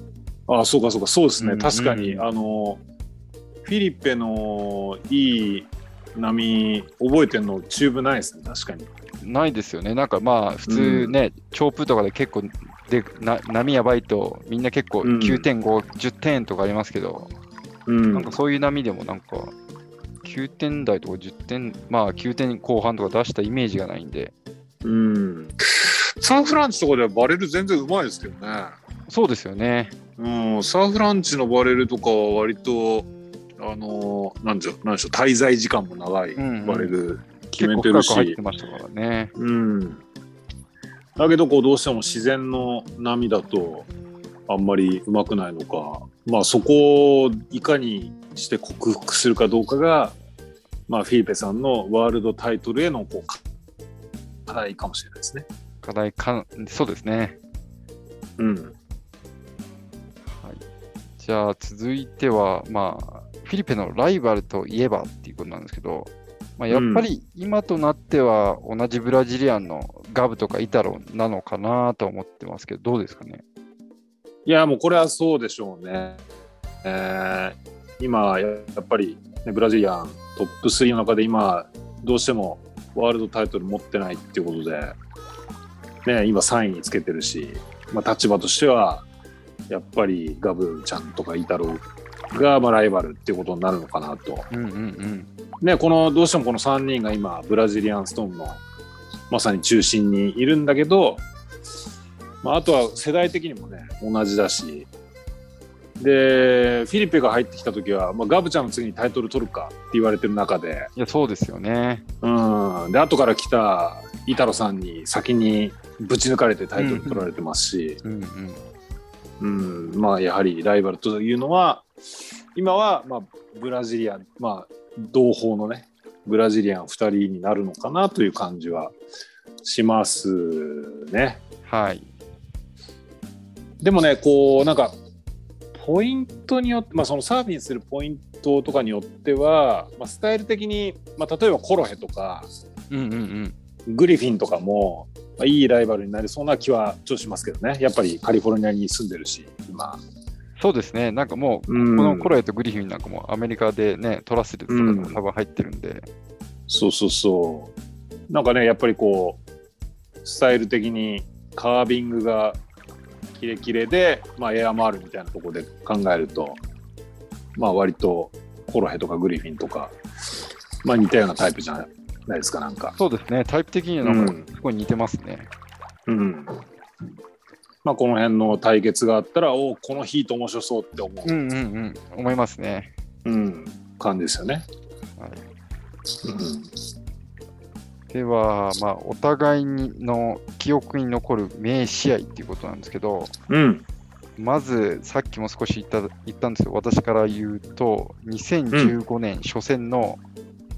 C: あそうかそうかそうですね、
B: うん
C: 確かに、
B: うん
C: あのフィリペのいい波覚えてるのチューブないですね確かに
B: ないですよね。なんかまあ普通ね、チョープとかで結構でな波やばいとみんな結構
C: うん
B: 9.5、10点とかありますけど、
C: うん
B: なんかそういう波でもなんか9点台とか10点、まあ9点後半とか出したイメージがないんで、
C: うんサーフランチとかではバレル全然うまいですけどね
B: そうですよね。
C: うんサーフランチのバレルとかは割とあのなんじゃなんでしょう滞在時間も長い
B: うんうん
C: バレル
B: 結
C: 決め
B: 構
C: て
B: 深
C: る
B: く
C: し、
B: 入ってましたからね。
C: うん。だけどこうどうしても自然の波だとあんまりうまくないのか、まあ、そこをいかにして克服するかどうかが、まあ、フィリペさんのワールドタイトルへのこう課題かもしれないですね。
B: 課題か、そうですね。
C: うん、
B: じゃあ続いては、まあ、フィリペのライバルといえばっていうことなんですけど、まあ、やっぱり今となっては同じブラジリアンのガブとかイタロなのかなと思ってますけど、どうですかね。
C: いやもうこれはそうでしょうね。えー今やっぱり、ね、ブラジリアントップ3の中で今どうしてもワールドタイトル持ってないっていうことで、ね、今3位につけてるし、まあ、立場としてはやっぱりガブちゃんとかイタロが、まあ、ライバルっていうことになるのかなと。
B: うんうんうん。
C: ね、このどうしてもこの3人が今ブラジリアンストーンのまさに中心にいるんだけど、まあ、あとは世代的にもね同じだしでフィリペが入ってきた時は、まあ、ガブちゃんの次にタイトル取るかって言われてる中で
B: いや、そうですよね。
C: うんで後から来たイタロさんに先にぶち抜かれてタイトル取られてますし、
B: うんうん。
C: うんまあ、やはりライバルというのは今はまあブラジリアン、まあ、同胞のねブラジリアン2人になるのかなという感じはしますね。
B: はい。
C: でもねこうなんかポイントによって、まあ、そのサーフィンするポイントとかによっては、まあ、スタイル的に、まあ、例えばコロヘとか
B: うんうんうん。
C: グリフィンとかも、まあ、いいライバルになりそうな気はちょっとしますけどねやっぱりカリフォルニアに住んでるし今。
B: そうですね。なんかもう、
C: こ
B: このコロエとグリフィンなんかもアメリカでね、取らせてとかでも多分入ってるんで。
C: そうそうそう。なんかね、やっぱりこう、スタイル的にカービングがキレキレで、まあ、エアもあるみたいなところで考えると、まあ、割とコロヘとかグリフィンとか、まあ、似たようなタイプじゃないですか、なんか。
B: そうですね。タイプ的にはなんかすごい似てますね。
C: うん。まあ、この辺の対決があったら、おお、このヒート面白そうって思
B: うんうんうん。思いますね。
C: う、うん、感じですよね。
B: はい
C: うん
B: では、まあ、お互いの記憶に残る名試合っていうことなんですけど、
C: うん。
B: まずさっきも少し言った言ったんですけど、私から言うと、2015年初戦の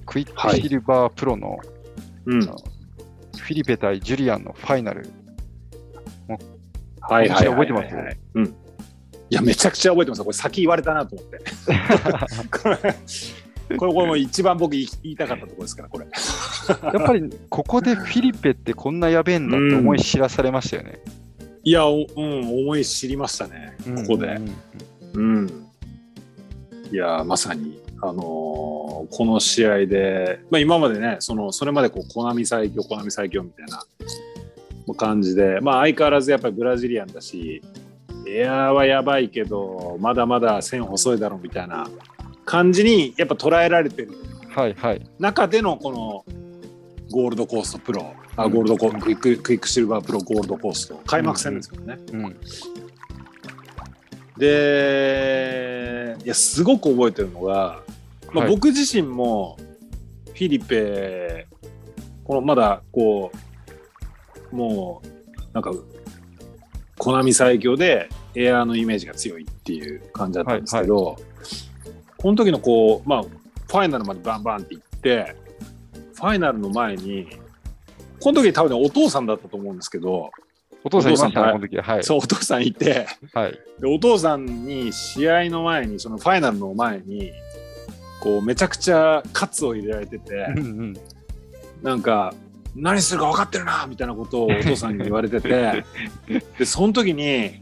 B: クイックシルバープロの
C: うん。
B: フィリペ対ジュリアンのファイナル、こっ
C: はいはいはいはい、
B: ち覚えてます
C: うん。いや、めちゃくちゃ覚えてますよ。これ先言われたなと思って。これ、これこれもう一番僕言い言いたかったところですから、これ。
B: やっぱりここでフィリペってこんなやべえんだって思い知らされましたよね、
C: いや、おうん、思い知りましたね、ここで。うん。いや、まさに、あのーこの試合で、まあ、今までね、そのそれまでこう、コナミ最強、コナミ最強みたいな感じで、まあ、相変わらずやっぱりブラジリアンだし、エアーはやばいけど、まだまだ線細いだろみたいな感じに、やっぱ捉えられてる
B: はいはい、
C: 中でのこのゴールドコーストプロ、あ
B: うん
C: ゴールドコークイッククイックシルバープロゴールドコースト、開幕戦ですけどね。
B: うん、
C: で、いや、すごく覚えてるのが、まあ、
B: はい
C: 僕自身もフィリペ、このまだこう、もう、なんか、コナミ最強でエアーのイメージが強いっていう感じだったんですけど、この時のこう、まあ、ファイナルまでバンバンっていって、ファイナルの前に、この時多分ねお父さんだったと思うんですけど、
B: お父さんいましたね
C: お父さんは
B: この時はい
C: そう、お父さんいて、
B: はい
C: でお父さんに試合の前にそのファイナルの前にこうめちゃくちゃカツを入れられ
B: *laughs*
C: てて
B: うんうん
C: なんか何するか分かってるなみたいなことをお父さんに言われて
B: *laughs*
C: てでその時に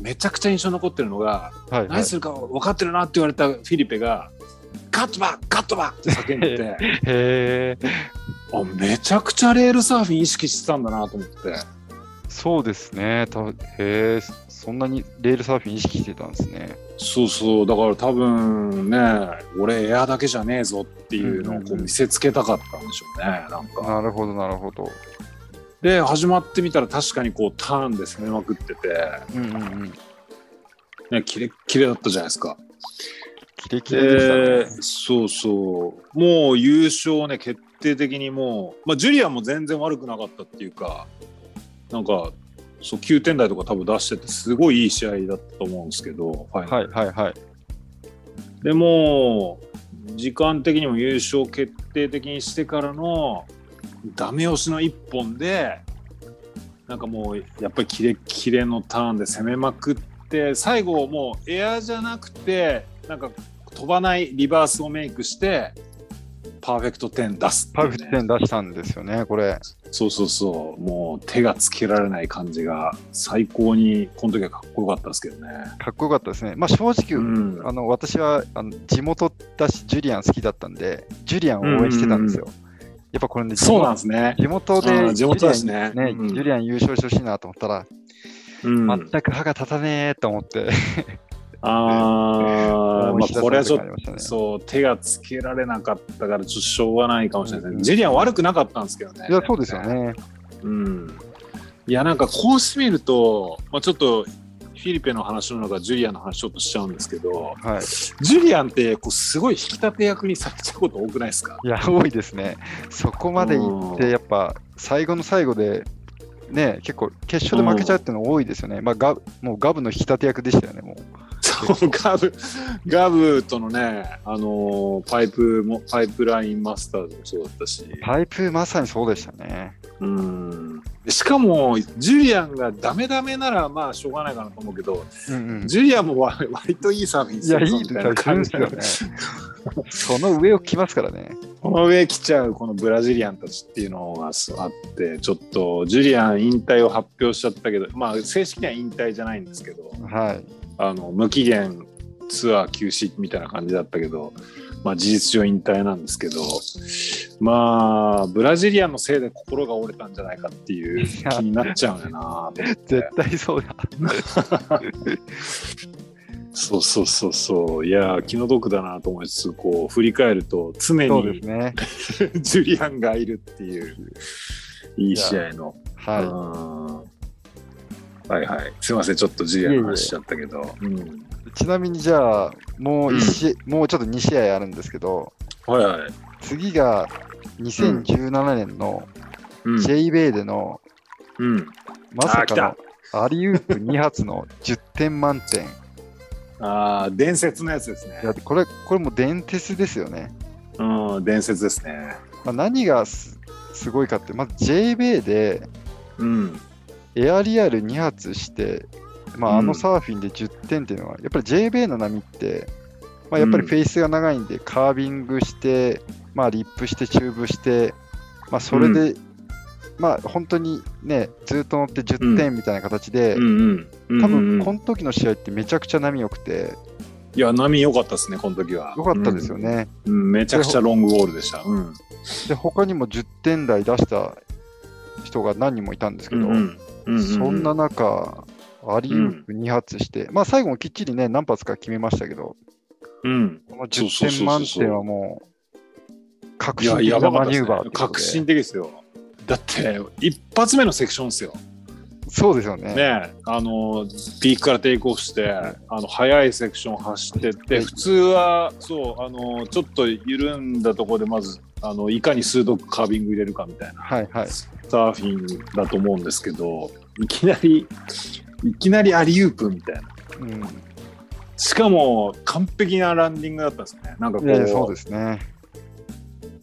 C: めちゃくちゃ印象に残ってるのが
B: はいはい
C: 何するか分かってるなって言われたフィリペが「カットバックカットバック!」って叫ん
B: *laughs*
C: でて
B: へえ
C: あめちゃくちゃレールサーフィン意識してたんだなと思って。
B: そうですねたへえそんなにレールサーフィン意識してたんですね
C: そうそうだから多分ね俺エアだけじゃねえぞっていうのをこう見せつけたかったんでしょうねなんか
B: なるほどなるほど
C: で始まってみたら確かにこうターンで攻めまくってて、
B: うんうんうん
C: ね、キレッキレだったじゃないですか
B: キレキレでしたね、
C: でそうそうもう優勝ね決定的にもう、まあ、ジュリアンも全然悪くなかったっていうかなんかそう9点台とか多分出しててすごいいい試合だったと思うんですけど、はい
B: はいはいはい
C: でも時間的にも優勝決定的にしてからのダメ押しの一本でなんかもうやっぱりキレッキレのターンで攻めまくって最後もうエアじゃなくてなんか飛ばないリバースをメイクしてパーフェクト10出すって
B: パ
C: い
B: ー
C: う
B: フ
C: ね、
B: ェクト10出したんですよねこれ
C: そうそうそうもう手がつけられない感じが最高にこの時はかっこよかったですけどね。
B: かっこよかったですねまあ正直、
C: うん
B: あの私はあの地元だしジュリアン好きだったんでジュリアンを応援してたんですよ、やっぱこれね地元
C: そうなんですね。
B: 地元
C: う
B: で
C: ん地元だしね
B: ジュリアン
C: うん
B: ジュリアン優勝してほしいなと思ったら、
C: うん
B: 全く歯が立たねえと思って
C: ああ、まあ、これはちょっと
B: と、ね、
C: そう手がつけられなかったからちょっとしょうがないかもしれないです
B: うん
C: ね。ジェリアン悪くなかったんですけどね。
B: いや、そうですよ。ね。
C: うん。いやなんかこうしてみると、まあちょっとフィリペの話の中ジュリアンの話ちょっとしちゃうんですけど、
B: はい。
C: ジュリアンってこうすごい引き立て役にされちゃうこと多くないで
B: *laughs*
C: すか？
B: いや、多いですね。そこまで行って、やっぱ、最後の最後で、ね、結構、決勝で負けちゃうっていうの多いですよね。まあ、ガブもうガブの引き立て役でしたよね、もう。
C: そうガブガブとのね、あのーパイプもパイプラインマスターズもそうだったし、
B: パイプ、まさにそうでしたね。
C: うん。しかもジュリアンがダメダメならまあしょうがないかなと思うけど、
B: うんうん。
C: ジュリアもわ割といいサーフィン
B: いや、いい
C: み
B: です
C: た
B: よ
C: いな
B: ね。
C: 感じの
B: その上を来ますからね。
C: この上来ちゃうこのブラジリアンたちっていうのがあってちょっとジュリアン引退を発表しちゃったけどまあ正式には引退じゃないんですけど
B: はい。
C: あの無期限ツアー休止みたいな感じだったけど、まあ、事実上引退なんですけどまあブラジリアンのせいで心が折れたんじゃないかっていう気になっちゃうよなと思って
B: 絶対そうだ。
C: そうそうそうそういやー気の毒だなと思いつつこう振り返ると常
B: *laughs* そうで
C: に
B: すね。
C: *laughs* ジュリアンがいるっていういい試合の、
B: はい。
C: うんはいはいすいませんちょっとジュリアンの話しちゃったけどうん
B: ちなみにじゃあもう一試、もうちょっと2試合あるんですけど
C: はいはい、
B: 次が2017年の
C: うん
B: ジェイベイでの
C: うん、
B: まさ
C: 来た
B: かのアリウープ2発の10点満
C: *laughs*
B: 点い
C: ああ伝説のやつですね
B: やこれこれもう伝説ですよね、
C: うん伝説ですね
B: まあ、何がすすごいかってまずジェイベイで
C: うん
B: エアリアル2発して、ま
C: うん
B: あ、あのサーフィンで10点っていうのは、やっぱり JB の波って、まあ、やっぱりフェイスが長いんで、カービングして、まあ、リップして、チューブして、まあ、それで、まあ、本当にね、ずっと乗って10点みたいな形で、
C: うんうん
B: 多分こ
C: ん
B: の時の試合ってめちゃくちゃ波良くて、
C: いや波良かったですねこの時は
B: 良かったですよ、ね。
C: うんうんめちゃくちゃロングボールでしたうん
B: で、他にも10点台出した人が何人もいたんですけど、そんな中、アリウープ2発して、まあ最後もきっちりね、何発か決めましたけど、
C: うん
B: この
C: そうそうそう
B: 10
C: そう
B: 点満点はもう、革
C: い
B: 新
C: *laughs* や
B: 的
C: や
B: な
C: ば
B: マ
C: かったで
B: ニュー
C: すね
B: バーってこと
C: 革
B: で
C: 新的ですよだって一発目のセクションですよ
B: そうですよね。
C: ねあのピークからテイクオフしてあの速いセクション走ってって
B: はい
C: 普通はそうあのちょっと緩んだところでまずあのいかに鋭くカービング入れるかみたいな
B: はいはい。
C: サーフィンだと思うんですけどいきなりいきなりアリウープみたいな
B: うん、
C: しかも完璧なランディングだったんですねなんかこう
B: いやいやそうですね。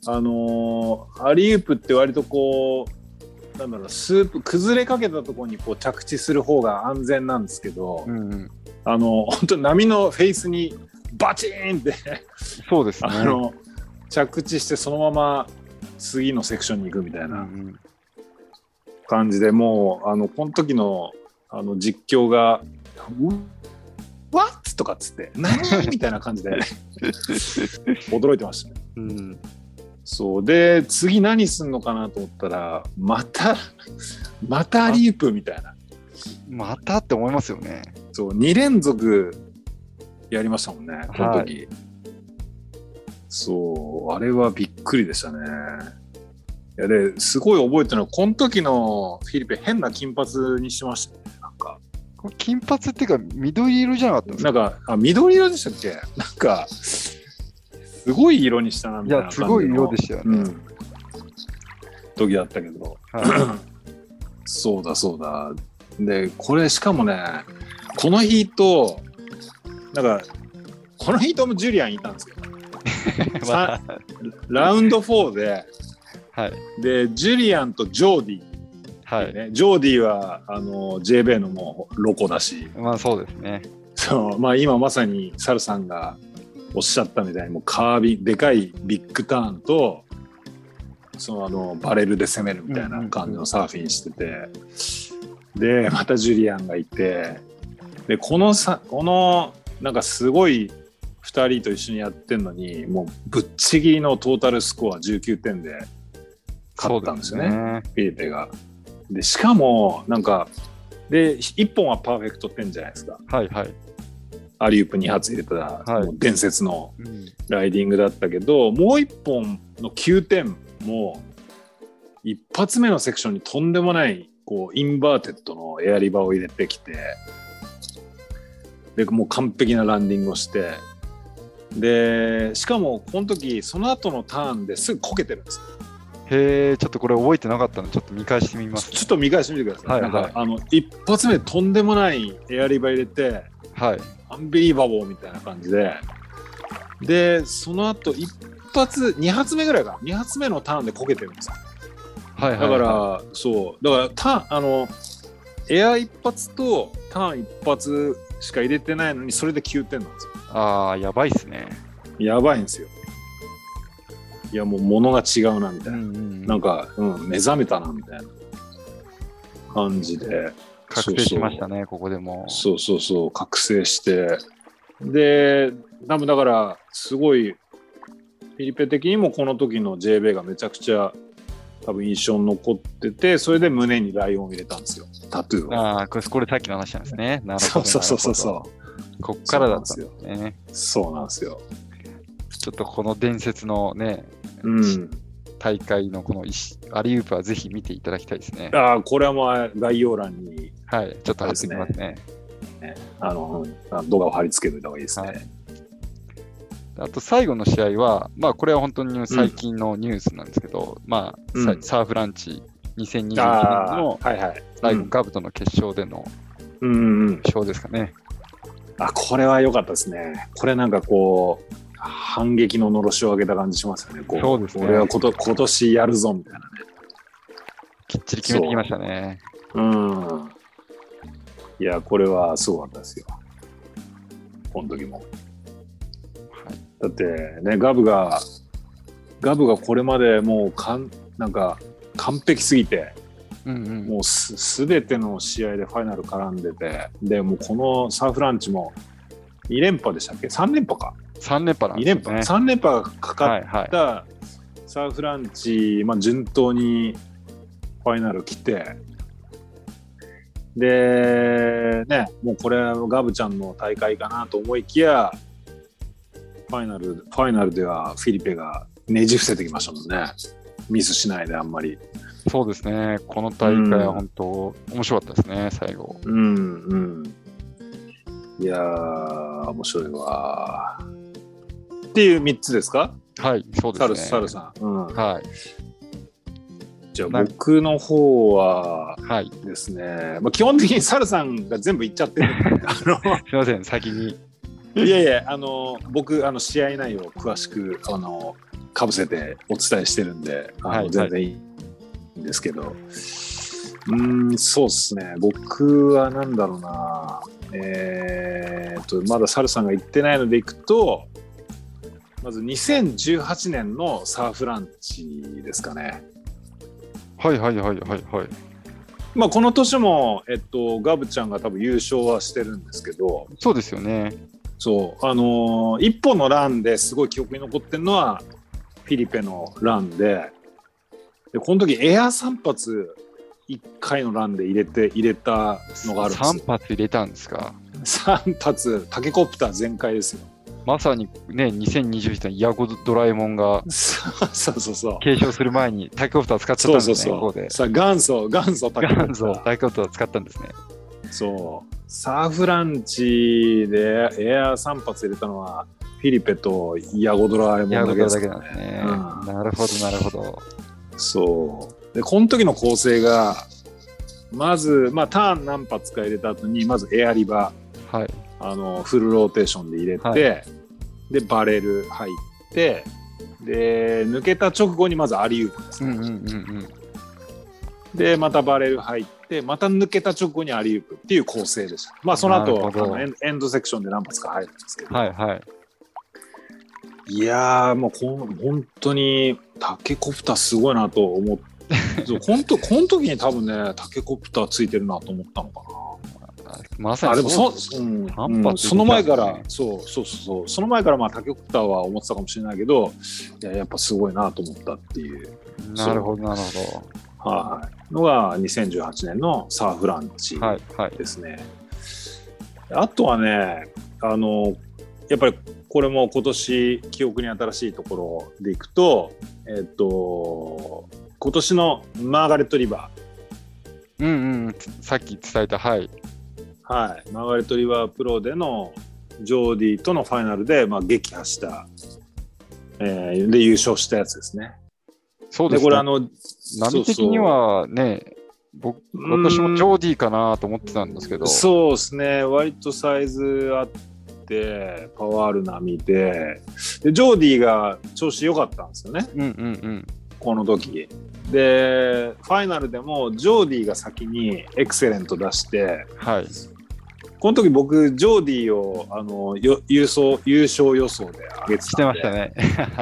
C: あのーアリウープって割とこうなんだろうスープ崩れかけたところにこう着地する方が安全なんですけど、
B: うんうん、
C: あの本当波のフェイスにバチーンって
B: そうですね。
C: あの、着地してそのまま次のセクションに行くみたい
B: うんう
C: なん感じで、もうあのこの時のあの実況が「うわっ!」とかっつって「何?」みたいな感じで驚いてましたね。
B: うん、
C: そうで次何すんのかなと思ったらまた *laughs* またアリープみたいな
B: またって思いますよね。
C: そう2連続やりましたもんねこの時、そうあれはびっくりでしたねいやですごい覚えてるのはこの時のフィリペ変な金髪にしてましたねなんか
B: これ金髪っていうか、緑色じゃなかったんです
C: な
B: か
C: んかあ緑色でしたっけなんかすごい色にしたなみ
B: い
C: たいな
B: や、
C: 感じ
B: す
C: の
B: ごい色でしたよ
C: う
B: ね。
C: ん、時だったけど
B: は
C: そうだそうだ。で、これしかもね、この日と、なんか、この日ともジュリアンいたんですよ。
B: い
C: さラウンド4で、
B: *laughs* はい。
C: で、ジュリアンとジョーディ
B: は
C: っていう
B: い。
C: ね、ジョーディは、あの、j b のもうロコだし、
B: まあそうですね。
C: そう、まあ今まさにサルさんがおっしゃったみたいに、もうカービン、でかいビッグターンと、そのあのバレルで攻めるみたいな感じのサーフィンしてて、で、またジュリアンがいて、で、このさ、この、なんかすごい2人と一緒にやってんのに、もうぶっちぎりのトータルスコア19点で勝ったんですよね。
B: ね。
C: フィリペが。で、しかも、なんか、で、1本はパーフェクト10じゃないですか。
B: はいはい。
C: アリウープ2発入れた、
B: い
C: もう伝説のライディングだったけどもう1本の9点も一発目のセクションにとんでもないこうインバーテッドのエアリバーを入れてきてでもう完璧なランディングをしてでしかもこの時その後のターンですぐこけてるんです
B: へえ、ちょっとこれ覚えてなかったので、ちょっと見返してみます。
C: ちょっと見返してみてください、
B: はい
C: なんか
B: はい
C: あの一発目とんでもないエアリバー入れて
B: はい。
C: アンビリーバボーみたいな感じで、で、その後一発、二発目ぐらいか、二発目のターンでこけてるんですよ。
B: はいはい
C: だから、そう、だから、ターン、あの、エア一発とターン一発しか入れてないのに、それで9点なんですよ。
B: ああ、やばいっすね。
C: やばいんですよ。いや、もう物が違うな、みたいな。
B: ん
C: なんか、うん、目覚めたな、みたいな感じで。
B: 確定しましたね、ここでも。
C: そうそうそう、覚醒して。で、多分だから、すごい、フィリペ的にもこの時の j b がめちゃくちゃ多分印象に残ってて、それで胸にライオンを入れたんですよ、タトゥーを。
B: ああ、これこれさっきの話なんですね。なるほど。
C: そうそうそうそう
B: なる
C: そ
B: ほどこっからだったんですね。
C: う。そうなんですよ。
B: ちょっとこの伝説のね、
C: うん。
B: 大会のこの石アリウープはぜひ見ていただきたいですね。
C: ああ、これはもう概要欄に
B: はい、ちょっと貼ってきますね。
C: あの、うん動画を貼り付けといた方がいいですね。
B: はいあと最後の試合は、まあこれは本当に最近のニュースなんですけど、まあさ
C: うん
B: サーフランチ2021年
C: ああ、
B: の
C: はいはい。
B: ライブガブとの決勝での
C: うんうんうん。
B: 勝ですかね。
C: あ、これは良かったですね。これなんかこう、反撃ののろしを上げた感じしますよね。こ
B: そうですね
C: 俺はこと今年やるぞみたいなね。
B: きっちり決めてきましたね。
C: うん。いや、これはすごかったですよ。この時も。
B: はい、
C: だってね、ガブが、ガブがこれまでもうかん、なんか完璧すぎて、
B: うんうん。
C: もうすすべての試合でファイナル絡んでて、で、もうこのサーフランチも2連覇でしたっけ ?3 連覇か。
B: 3連覇なんで
C: 2
B: す
C: 連
B: ね。
C: 覇。3連覇がかかっ
B: はいはい。
C: ったサーフランチ、まあ、順当にファイナル来てでねもうこれはガブちゃんの大会かなと思いきやファイナルファイナルではフィリペがねじ伏せてきましたもんねミスしないであんまり
B: そうですね。この大会は本当、面白かったですね、最後。
C: うんうんいやー面白いわっていう3つですか
B: はい、そうで
C: サ
B: す
C: ル
B: ね。
C: サルさん、うん、
B: はい、
C: じゃあ僕の方は
B: はい。す
C: ですね、まあ、基本的にサルさんが全部言っち
B: *laughs*
C: ゃってるあの
B: みません、先に。
C: いやいやあの僕あの試合内容を詳しくあのかぶせてお伝えしてるんで
B: は
C: あの、
B: い
C: 全然いいんですけど、うーんそうですね僕はなんだろうなえーっとまだサルさんが言ってないのでいくとまず2018年のサーフランチですかね。
B: はいはいはいはいはい。
C: まあ、この年も、えっと、ガブちゃんが多分優勝はしてるんですけど、
B: そうですよね。
C: そう、あのー一本のランですごい記憶に残ってるのは、フィリペのランで、で、この時エア3発、1回のランで入れて、入れたのがあるん
B: 3発入れたんですか。
C: ですよ。3発、タケコプター全開ですよ。 *laughs*
B: まさにね、2021年、ヤゴドラえもんが
C: そうそうそうそう。
B: 継承する前に、タイコプター使っちゃっ
C: そ
B: た
C: う
B: ん
C: そ
B: で
C: う
B: すね、
C: そ
B: ここで
C: う。。さあ、元祖、元祖タケコプター。
B: 元 *laughs* 祖、タイコプター使ったんですね。
C: そう。サーフランチでエア3発入れたのは、フィリペとヤゴドラえもん
B: ヤ
C: だ
B: ゴ
C: け
B: ド
C: で
B: ラだ
C: す
B: け
C: ね
B: なんですね。
C: うん
B: なるほど、なるほど。
C: そう。で、この時の構成が、まず、まあ、ターン何発か入れた後に、まずエアリバ
B: はい。
C: あの、フルローテーションで入れて、
B: はい
C: で、バレル入って、で、抜けた直後にまずアリウープです
B: う
C: ね。
B: んうんうんうん。
C: で、またバレル入って、また抜けた直後にアリウープっていう構成でした。まあ、その
B: な
C: 後、
B: るほど
C: あのエンエンドセクションで何発か入るんですけど。
B: はいはい。
C: いやー、もうこん本当にタケコプターすごいなと
B: *laughs*
C: 思って、そう本当この時に多分ね、タケコプターついてるなと思ったのか
B: まさ
C: な。
B: に
C: あでもそ,、
B: す
C: う
B: ね
C: ん
B: 単発
C: うん
B: で見たんですね
C: その前から、そうそうそうそう、その前からまあタケコプターは思ってたかもしれないけど、いややっぱすごいなと思ったっていう、
B: なるほど、なるほ
C: はい、のが2018年のサーフランチ
B: ど。はいはい。
C: ですね。あとはね、あのやっぱりこれも今年記憶に新しいところでいくとえっと今年のマーガレット・リバ
B: うんうんうん、さっき伝えた、はい。
C: ー、はい、マーガレット・リバープロでのジョーディとのファイナルで、まあ、撃破した、えーで優勝したやつですね。
B: そうで
C: ですこれあ
B: ね。
C: の
B: 波的にはね、僕私もジョーディーかなと思ってたんですけど、
C: そうですね割とサイズあってパワーある波ででジョーディが調子良かったんですよね
B: うんうん
C: この時でファイナルでもジョーディが先にエクセレント出して
B: うん、はい。
C: この時僕ジョーディをあのよ優勝優勝予想で上げて
B: 来て
C: たん
B: ま
C: で
B: したね。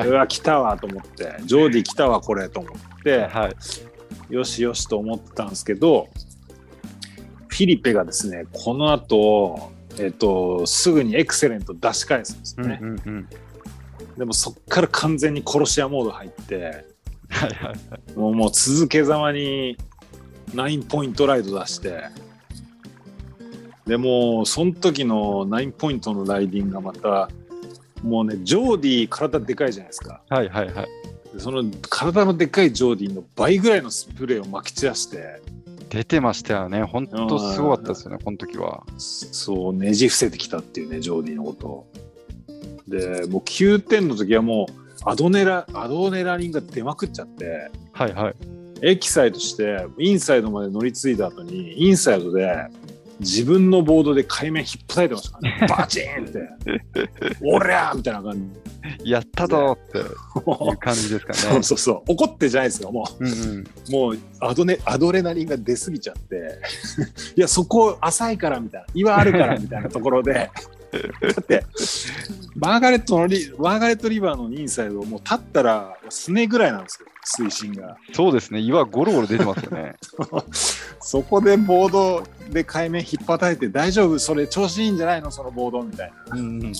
C: うわ来たわと思ってジョーディ来たわこれと思って
B: はい。
C: よしよしと思ってたんですけどフィリペがですねこの後、えっとすぐにエクセレント出し返すんです
B: う
C: よ
B: ん
C: ね、
B: うんうん。
C: でもそっから完全に殺し屋モード入って
B: はいはい。
C: もうもう続けざまに9ポイントライド出してでもうその時の9ポイントのライディングがまたもうねジョーディ体でかいじゃないですか
B: はいはいはい。
C: でその体のでかいジョーディの倍ぐらいのスプレーを撒き散らして
B: 出てましたよね。本当すごかったですよね、この時は。
C: そうねじ伏せてきたっていうねジョーディのことをでもう9点の時はもうアドネラアドネラリンが出まくっちゃって
B: はいはい。
C: エキサイトしてインサイドまで乗り継いだ後にインサイドで自分のボードで海面引っ叩いてましたからねバチーンって「おりゃー!」みたいな感じ
B: やったぞーっていう感じですか
C: *laughs* そ
B: ね
C: う。そうそう怒ってじゃないですよもう
B: うんうん。
C: もうアドネアドレナリンが出過ぎちゃって *laughs* いやそこ浅いからみたいな岩あるからみたいなところでだってマーガレットのリマーガレットリバーのインサイドもう立ったらすねぐらいなんですよ水深が *laughs*
B: そうですね、岩ゴロゴロ出てますよね。
C: そこでボードで海面引っ叩いて大丈夫それ調子いいんじゃないのそのボードみたいな
B: うんうん。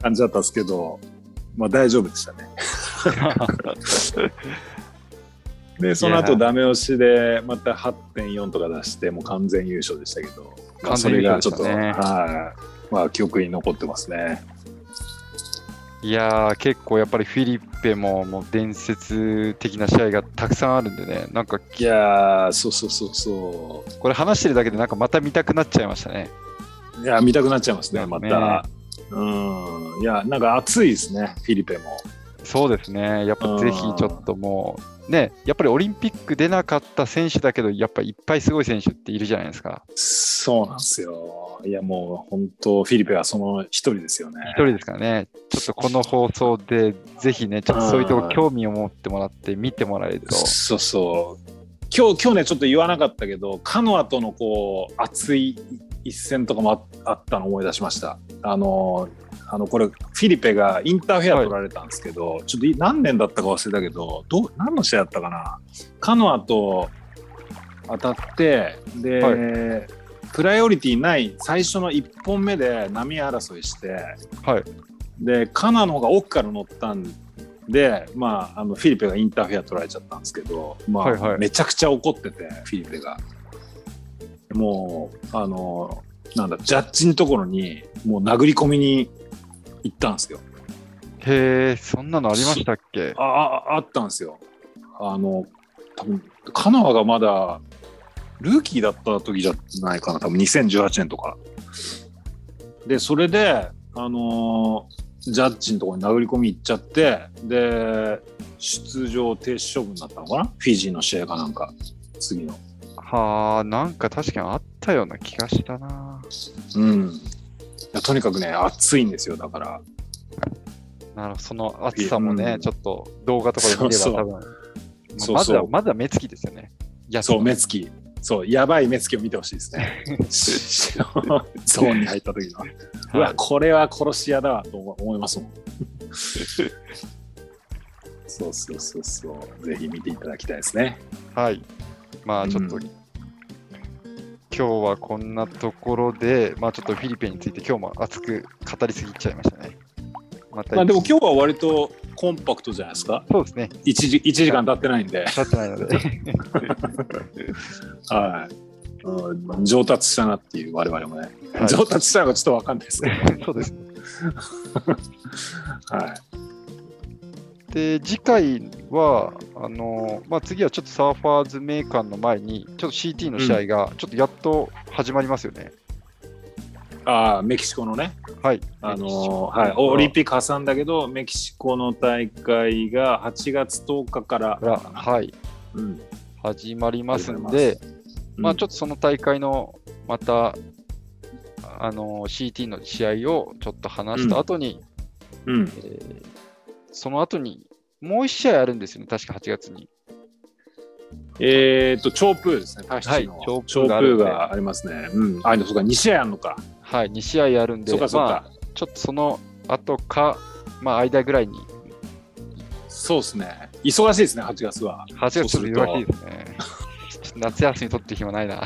C: 感じだったんですけどまあ大丈夫でしたねでその
B: い
C: 後
B: や
C: ダメ押しでまた8.4とか出してもう完全優勝でしたけど、まあ
B: 完
C: そ
B: 全
C: れ
B: 優
C: が
B: 勝
C: ち
B: で
C: ょっ
B: した
C: と、
B: ね
C: はいまあ記憶に残ってますね
B: *laughs* いやー、結構やっぱりフィリッペももう伝説的な試合がたくさんあるんでね、なんか
C: いやーそうそうそうそ
B: これ話してるだけでなんかまた見たくなっちゃいましたね。
C: ういや見たくなっちゃいますね
B: ね
C: また、うんいやなんか熱いですねフィリペも
B: そうですね、やっぱぜひちょっともう、ね、やっぱりオリンピック出なかった選手だけど、やっぱいっぱいすごい選手っているじゃないですか。
C: そうなんですよいやもう本当フィリペはその一人ですよね
B: 一人ですからね、ちょっとこの放送でぜひね、ちょっとそういうとこ興味を持ってもらって見てもらえると。
C: そうそう今日今日ねちょっと言わなかったけどカノアとのこう熱い一戦とかもああったの思い出しましたあのあのこれフィリペがインターフェア取られたんですけど、ちょっとい何年だったか忘れたけどどう何の試合だったかなカノアと当たってで、
B: は
C: プライオリティない最初の1本目で波争いして、
B: はい
C: でカナの方が奥から乗ったんで、まあ、あのフィリペがインターフェア取られちゃったんですけど、まあ
B: はいはい
C: めちゃくちゃ怒っててフィリペがもうあのなんだジャッジのところにもう殴り込みに行ったんですよ
B: へえ、そんなのありましたっけ
C: あああったんですよあの多分カナがまだルーキーだった時じゃないかな多分2018年とかでそれであのージャッジのところに殴り込み行っちゃってで出場停止処分だったのかなフィジーの試合かなんか次の
B: はあ、なんか確かにあったような気がしたな。
C: うんいやとにかくね熱いんですよだから
B: なるほどその暑さもね、
C: うん
B: ちょっと動画とかで見れば
C: そうそう
B: 多分、まあ
C: そう
B: まず
C: そ
B: は、
C: う
B: まずは目つきですよね。いや
C: そう、目つき。そう、やばい目つきを見てほしいで
B: *laughs*
C: すね。しゾーンに入った時の。うわ、これは殺し屋だわと思
B: *laughs*
C: いますもん。そうそうそうそう。ぜひ見ていただきたいですね。
B: はい。まあちょっと、
C: うん
B: 今日はこんなところで、まあちょっとフィリピンについて今日も熱く語りすぎちゃいましたね。また、
C: まあでも今日は割とコンパクトじゃないですか。
B: そうですね、
C: 1時 ,1 時間経ってないんで。
B: 立ってないので。
C: はい。うん上達したなっていう我々もね、
B: はい
C: 上達したのかちょっとわかんないですけど、
B: そうです。
C: はい、
B: で、次回は、あのまあ、次はちょっとサーファーズメーカーの前に、ちょっと CT の試合が、ちょっとやっと始まりますよね。
C: ああメキシコのね
B: はい。
C: あ
B: メキシコ
C: のはい、オリンピック挟んだけどメキシコの大会が8月10日から、
B: からはい、
C: うん
B: 始まりますん
C: 始まり
B: で、まあ、ちょっとその大会の、また、あの CT の試合をちょっと話した後に、
C: うん、
B: えーその後に、もう1試合あるんですよね、確か8月に。
C: えー、と、超プーですね、タヒチの。
B: はい
C: 超プ
B: チョープーがある
C: ー
B: んで
C: がありますね。うん。あ、でもそうか、2試合あるのか。
B: はい、2試合あるんで、
C: そうか、そう
B: ま
C: か。
B: あ、ちょっとその後か、まあ、間ぐらいに、
C: そうですね。忙しいですね、8月は。
B: 8
C: そう
B: 月ち
C: す
B: ょっと
C: ると
B: 弱いですね。ちょっと夏休み取って暇ない
C: *laughs*
B: な。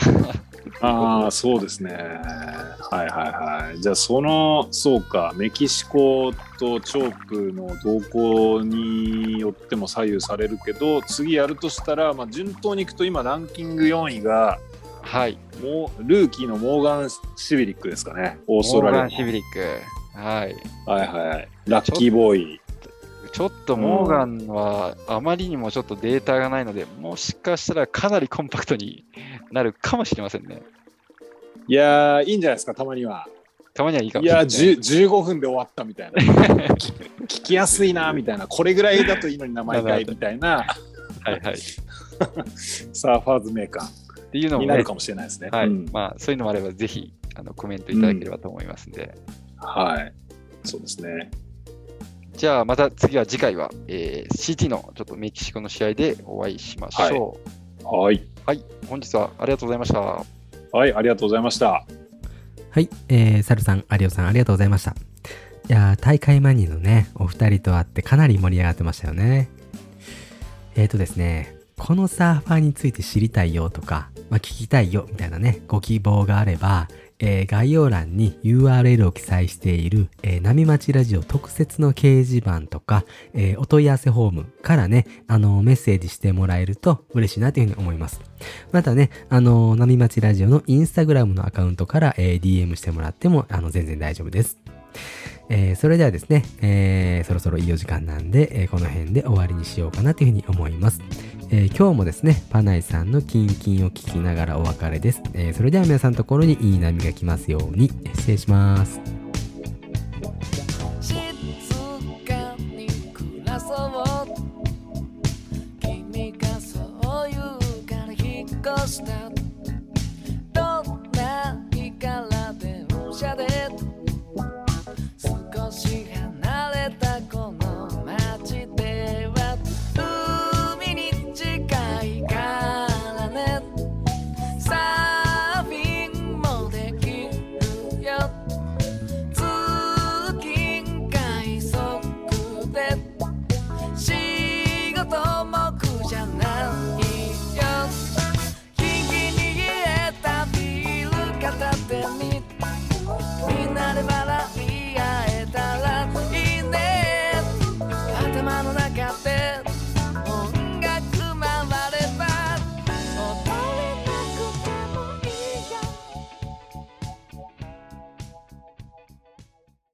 C: ああ、そうですね。はいはいはい。じゃあ、その、そうか、メキシコとチョープの動向によっても左右されるけど、次やるとしたら、まあ、順当にいくと、今、ランキング4位が、
B: はい、
C: もうルーキーのモーガン・シビリックですかね、オース
B: モ
C: ト
B: ーガ
C: ラ
B: ン・
C: リ
B: シビリック。はい、
C: ア。はいはい。ラッキーボーイ。
B: ちょっとモーガンはあまりにもちょっとデータがないので、もしかしたらかなりコンパクトになるかもしれませんね。
C: いやー、いいんじゃないですか、たまには。
B: たまにはいいかも
C: い
B: しれな
C: や
B: い。
C: じゅ15分で終わったみたいな聞きやすいなみたいなこれぐらいだといいのにな毎回みたい
B: *laughs*
C: な
B: はいはい。っ
C: サーファーズメーカ
B: ていう
C: ー
B: のも
C: に
B: ね、
C: なるかもしれないですね。
B: はい
C: うん
B: まあ、そういうのもあれば、ぜひあのコメントいただければと思いますんで。
C: はい、そうですね。
B: じゃあ、また次は次回は、えー CT のちょっとメキシコの試合でお会いしましょ
C: はい、
B: う。はい、本日はありがとうございました。
C: はい、ありがとうございました。
A: はい、えー、サルさん、アリオさん、ありがとうございました。いやー大会前にのね、お二人と会ってかなり盛り上がってましたよね。えーとですね、このサーファーについて知りたいよとか、まあ、聞きたいよみたいなね、ご希望があれば、えー概要欄に URL を記載している、えー、波町ラジオ特設の掲示板とか、えーお問い合わせフォームからね、あのメッセージしてもらえると嬉しいなというふうに思います。またね、あの、波町ラジオのインスタグラムのアカウントから、えー DM してもらっても、あの、全然大丈夫です。えーそれではですね、えーそろそろいいお時間なんで、えーこの辺で終わりにしようかなというふうに思います。えー今日もですね、パナイさんのキンキンを聞きながらお別れです。えーそれでは皆さんのところにいい波が来ますように、失礼します。
D: 静かに暮らそう君がそう言うから引っ越したどんな日から電車で少し離れたこの街では海に近いからねサーフィンもできるよ通勤快速で仕事も苦じゃないよ日に冷えたビール片手にみんなで笑い合えたらいいね頭の中で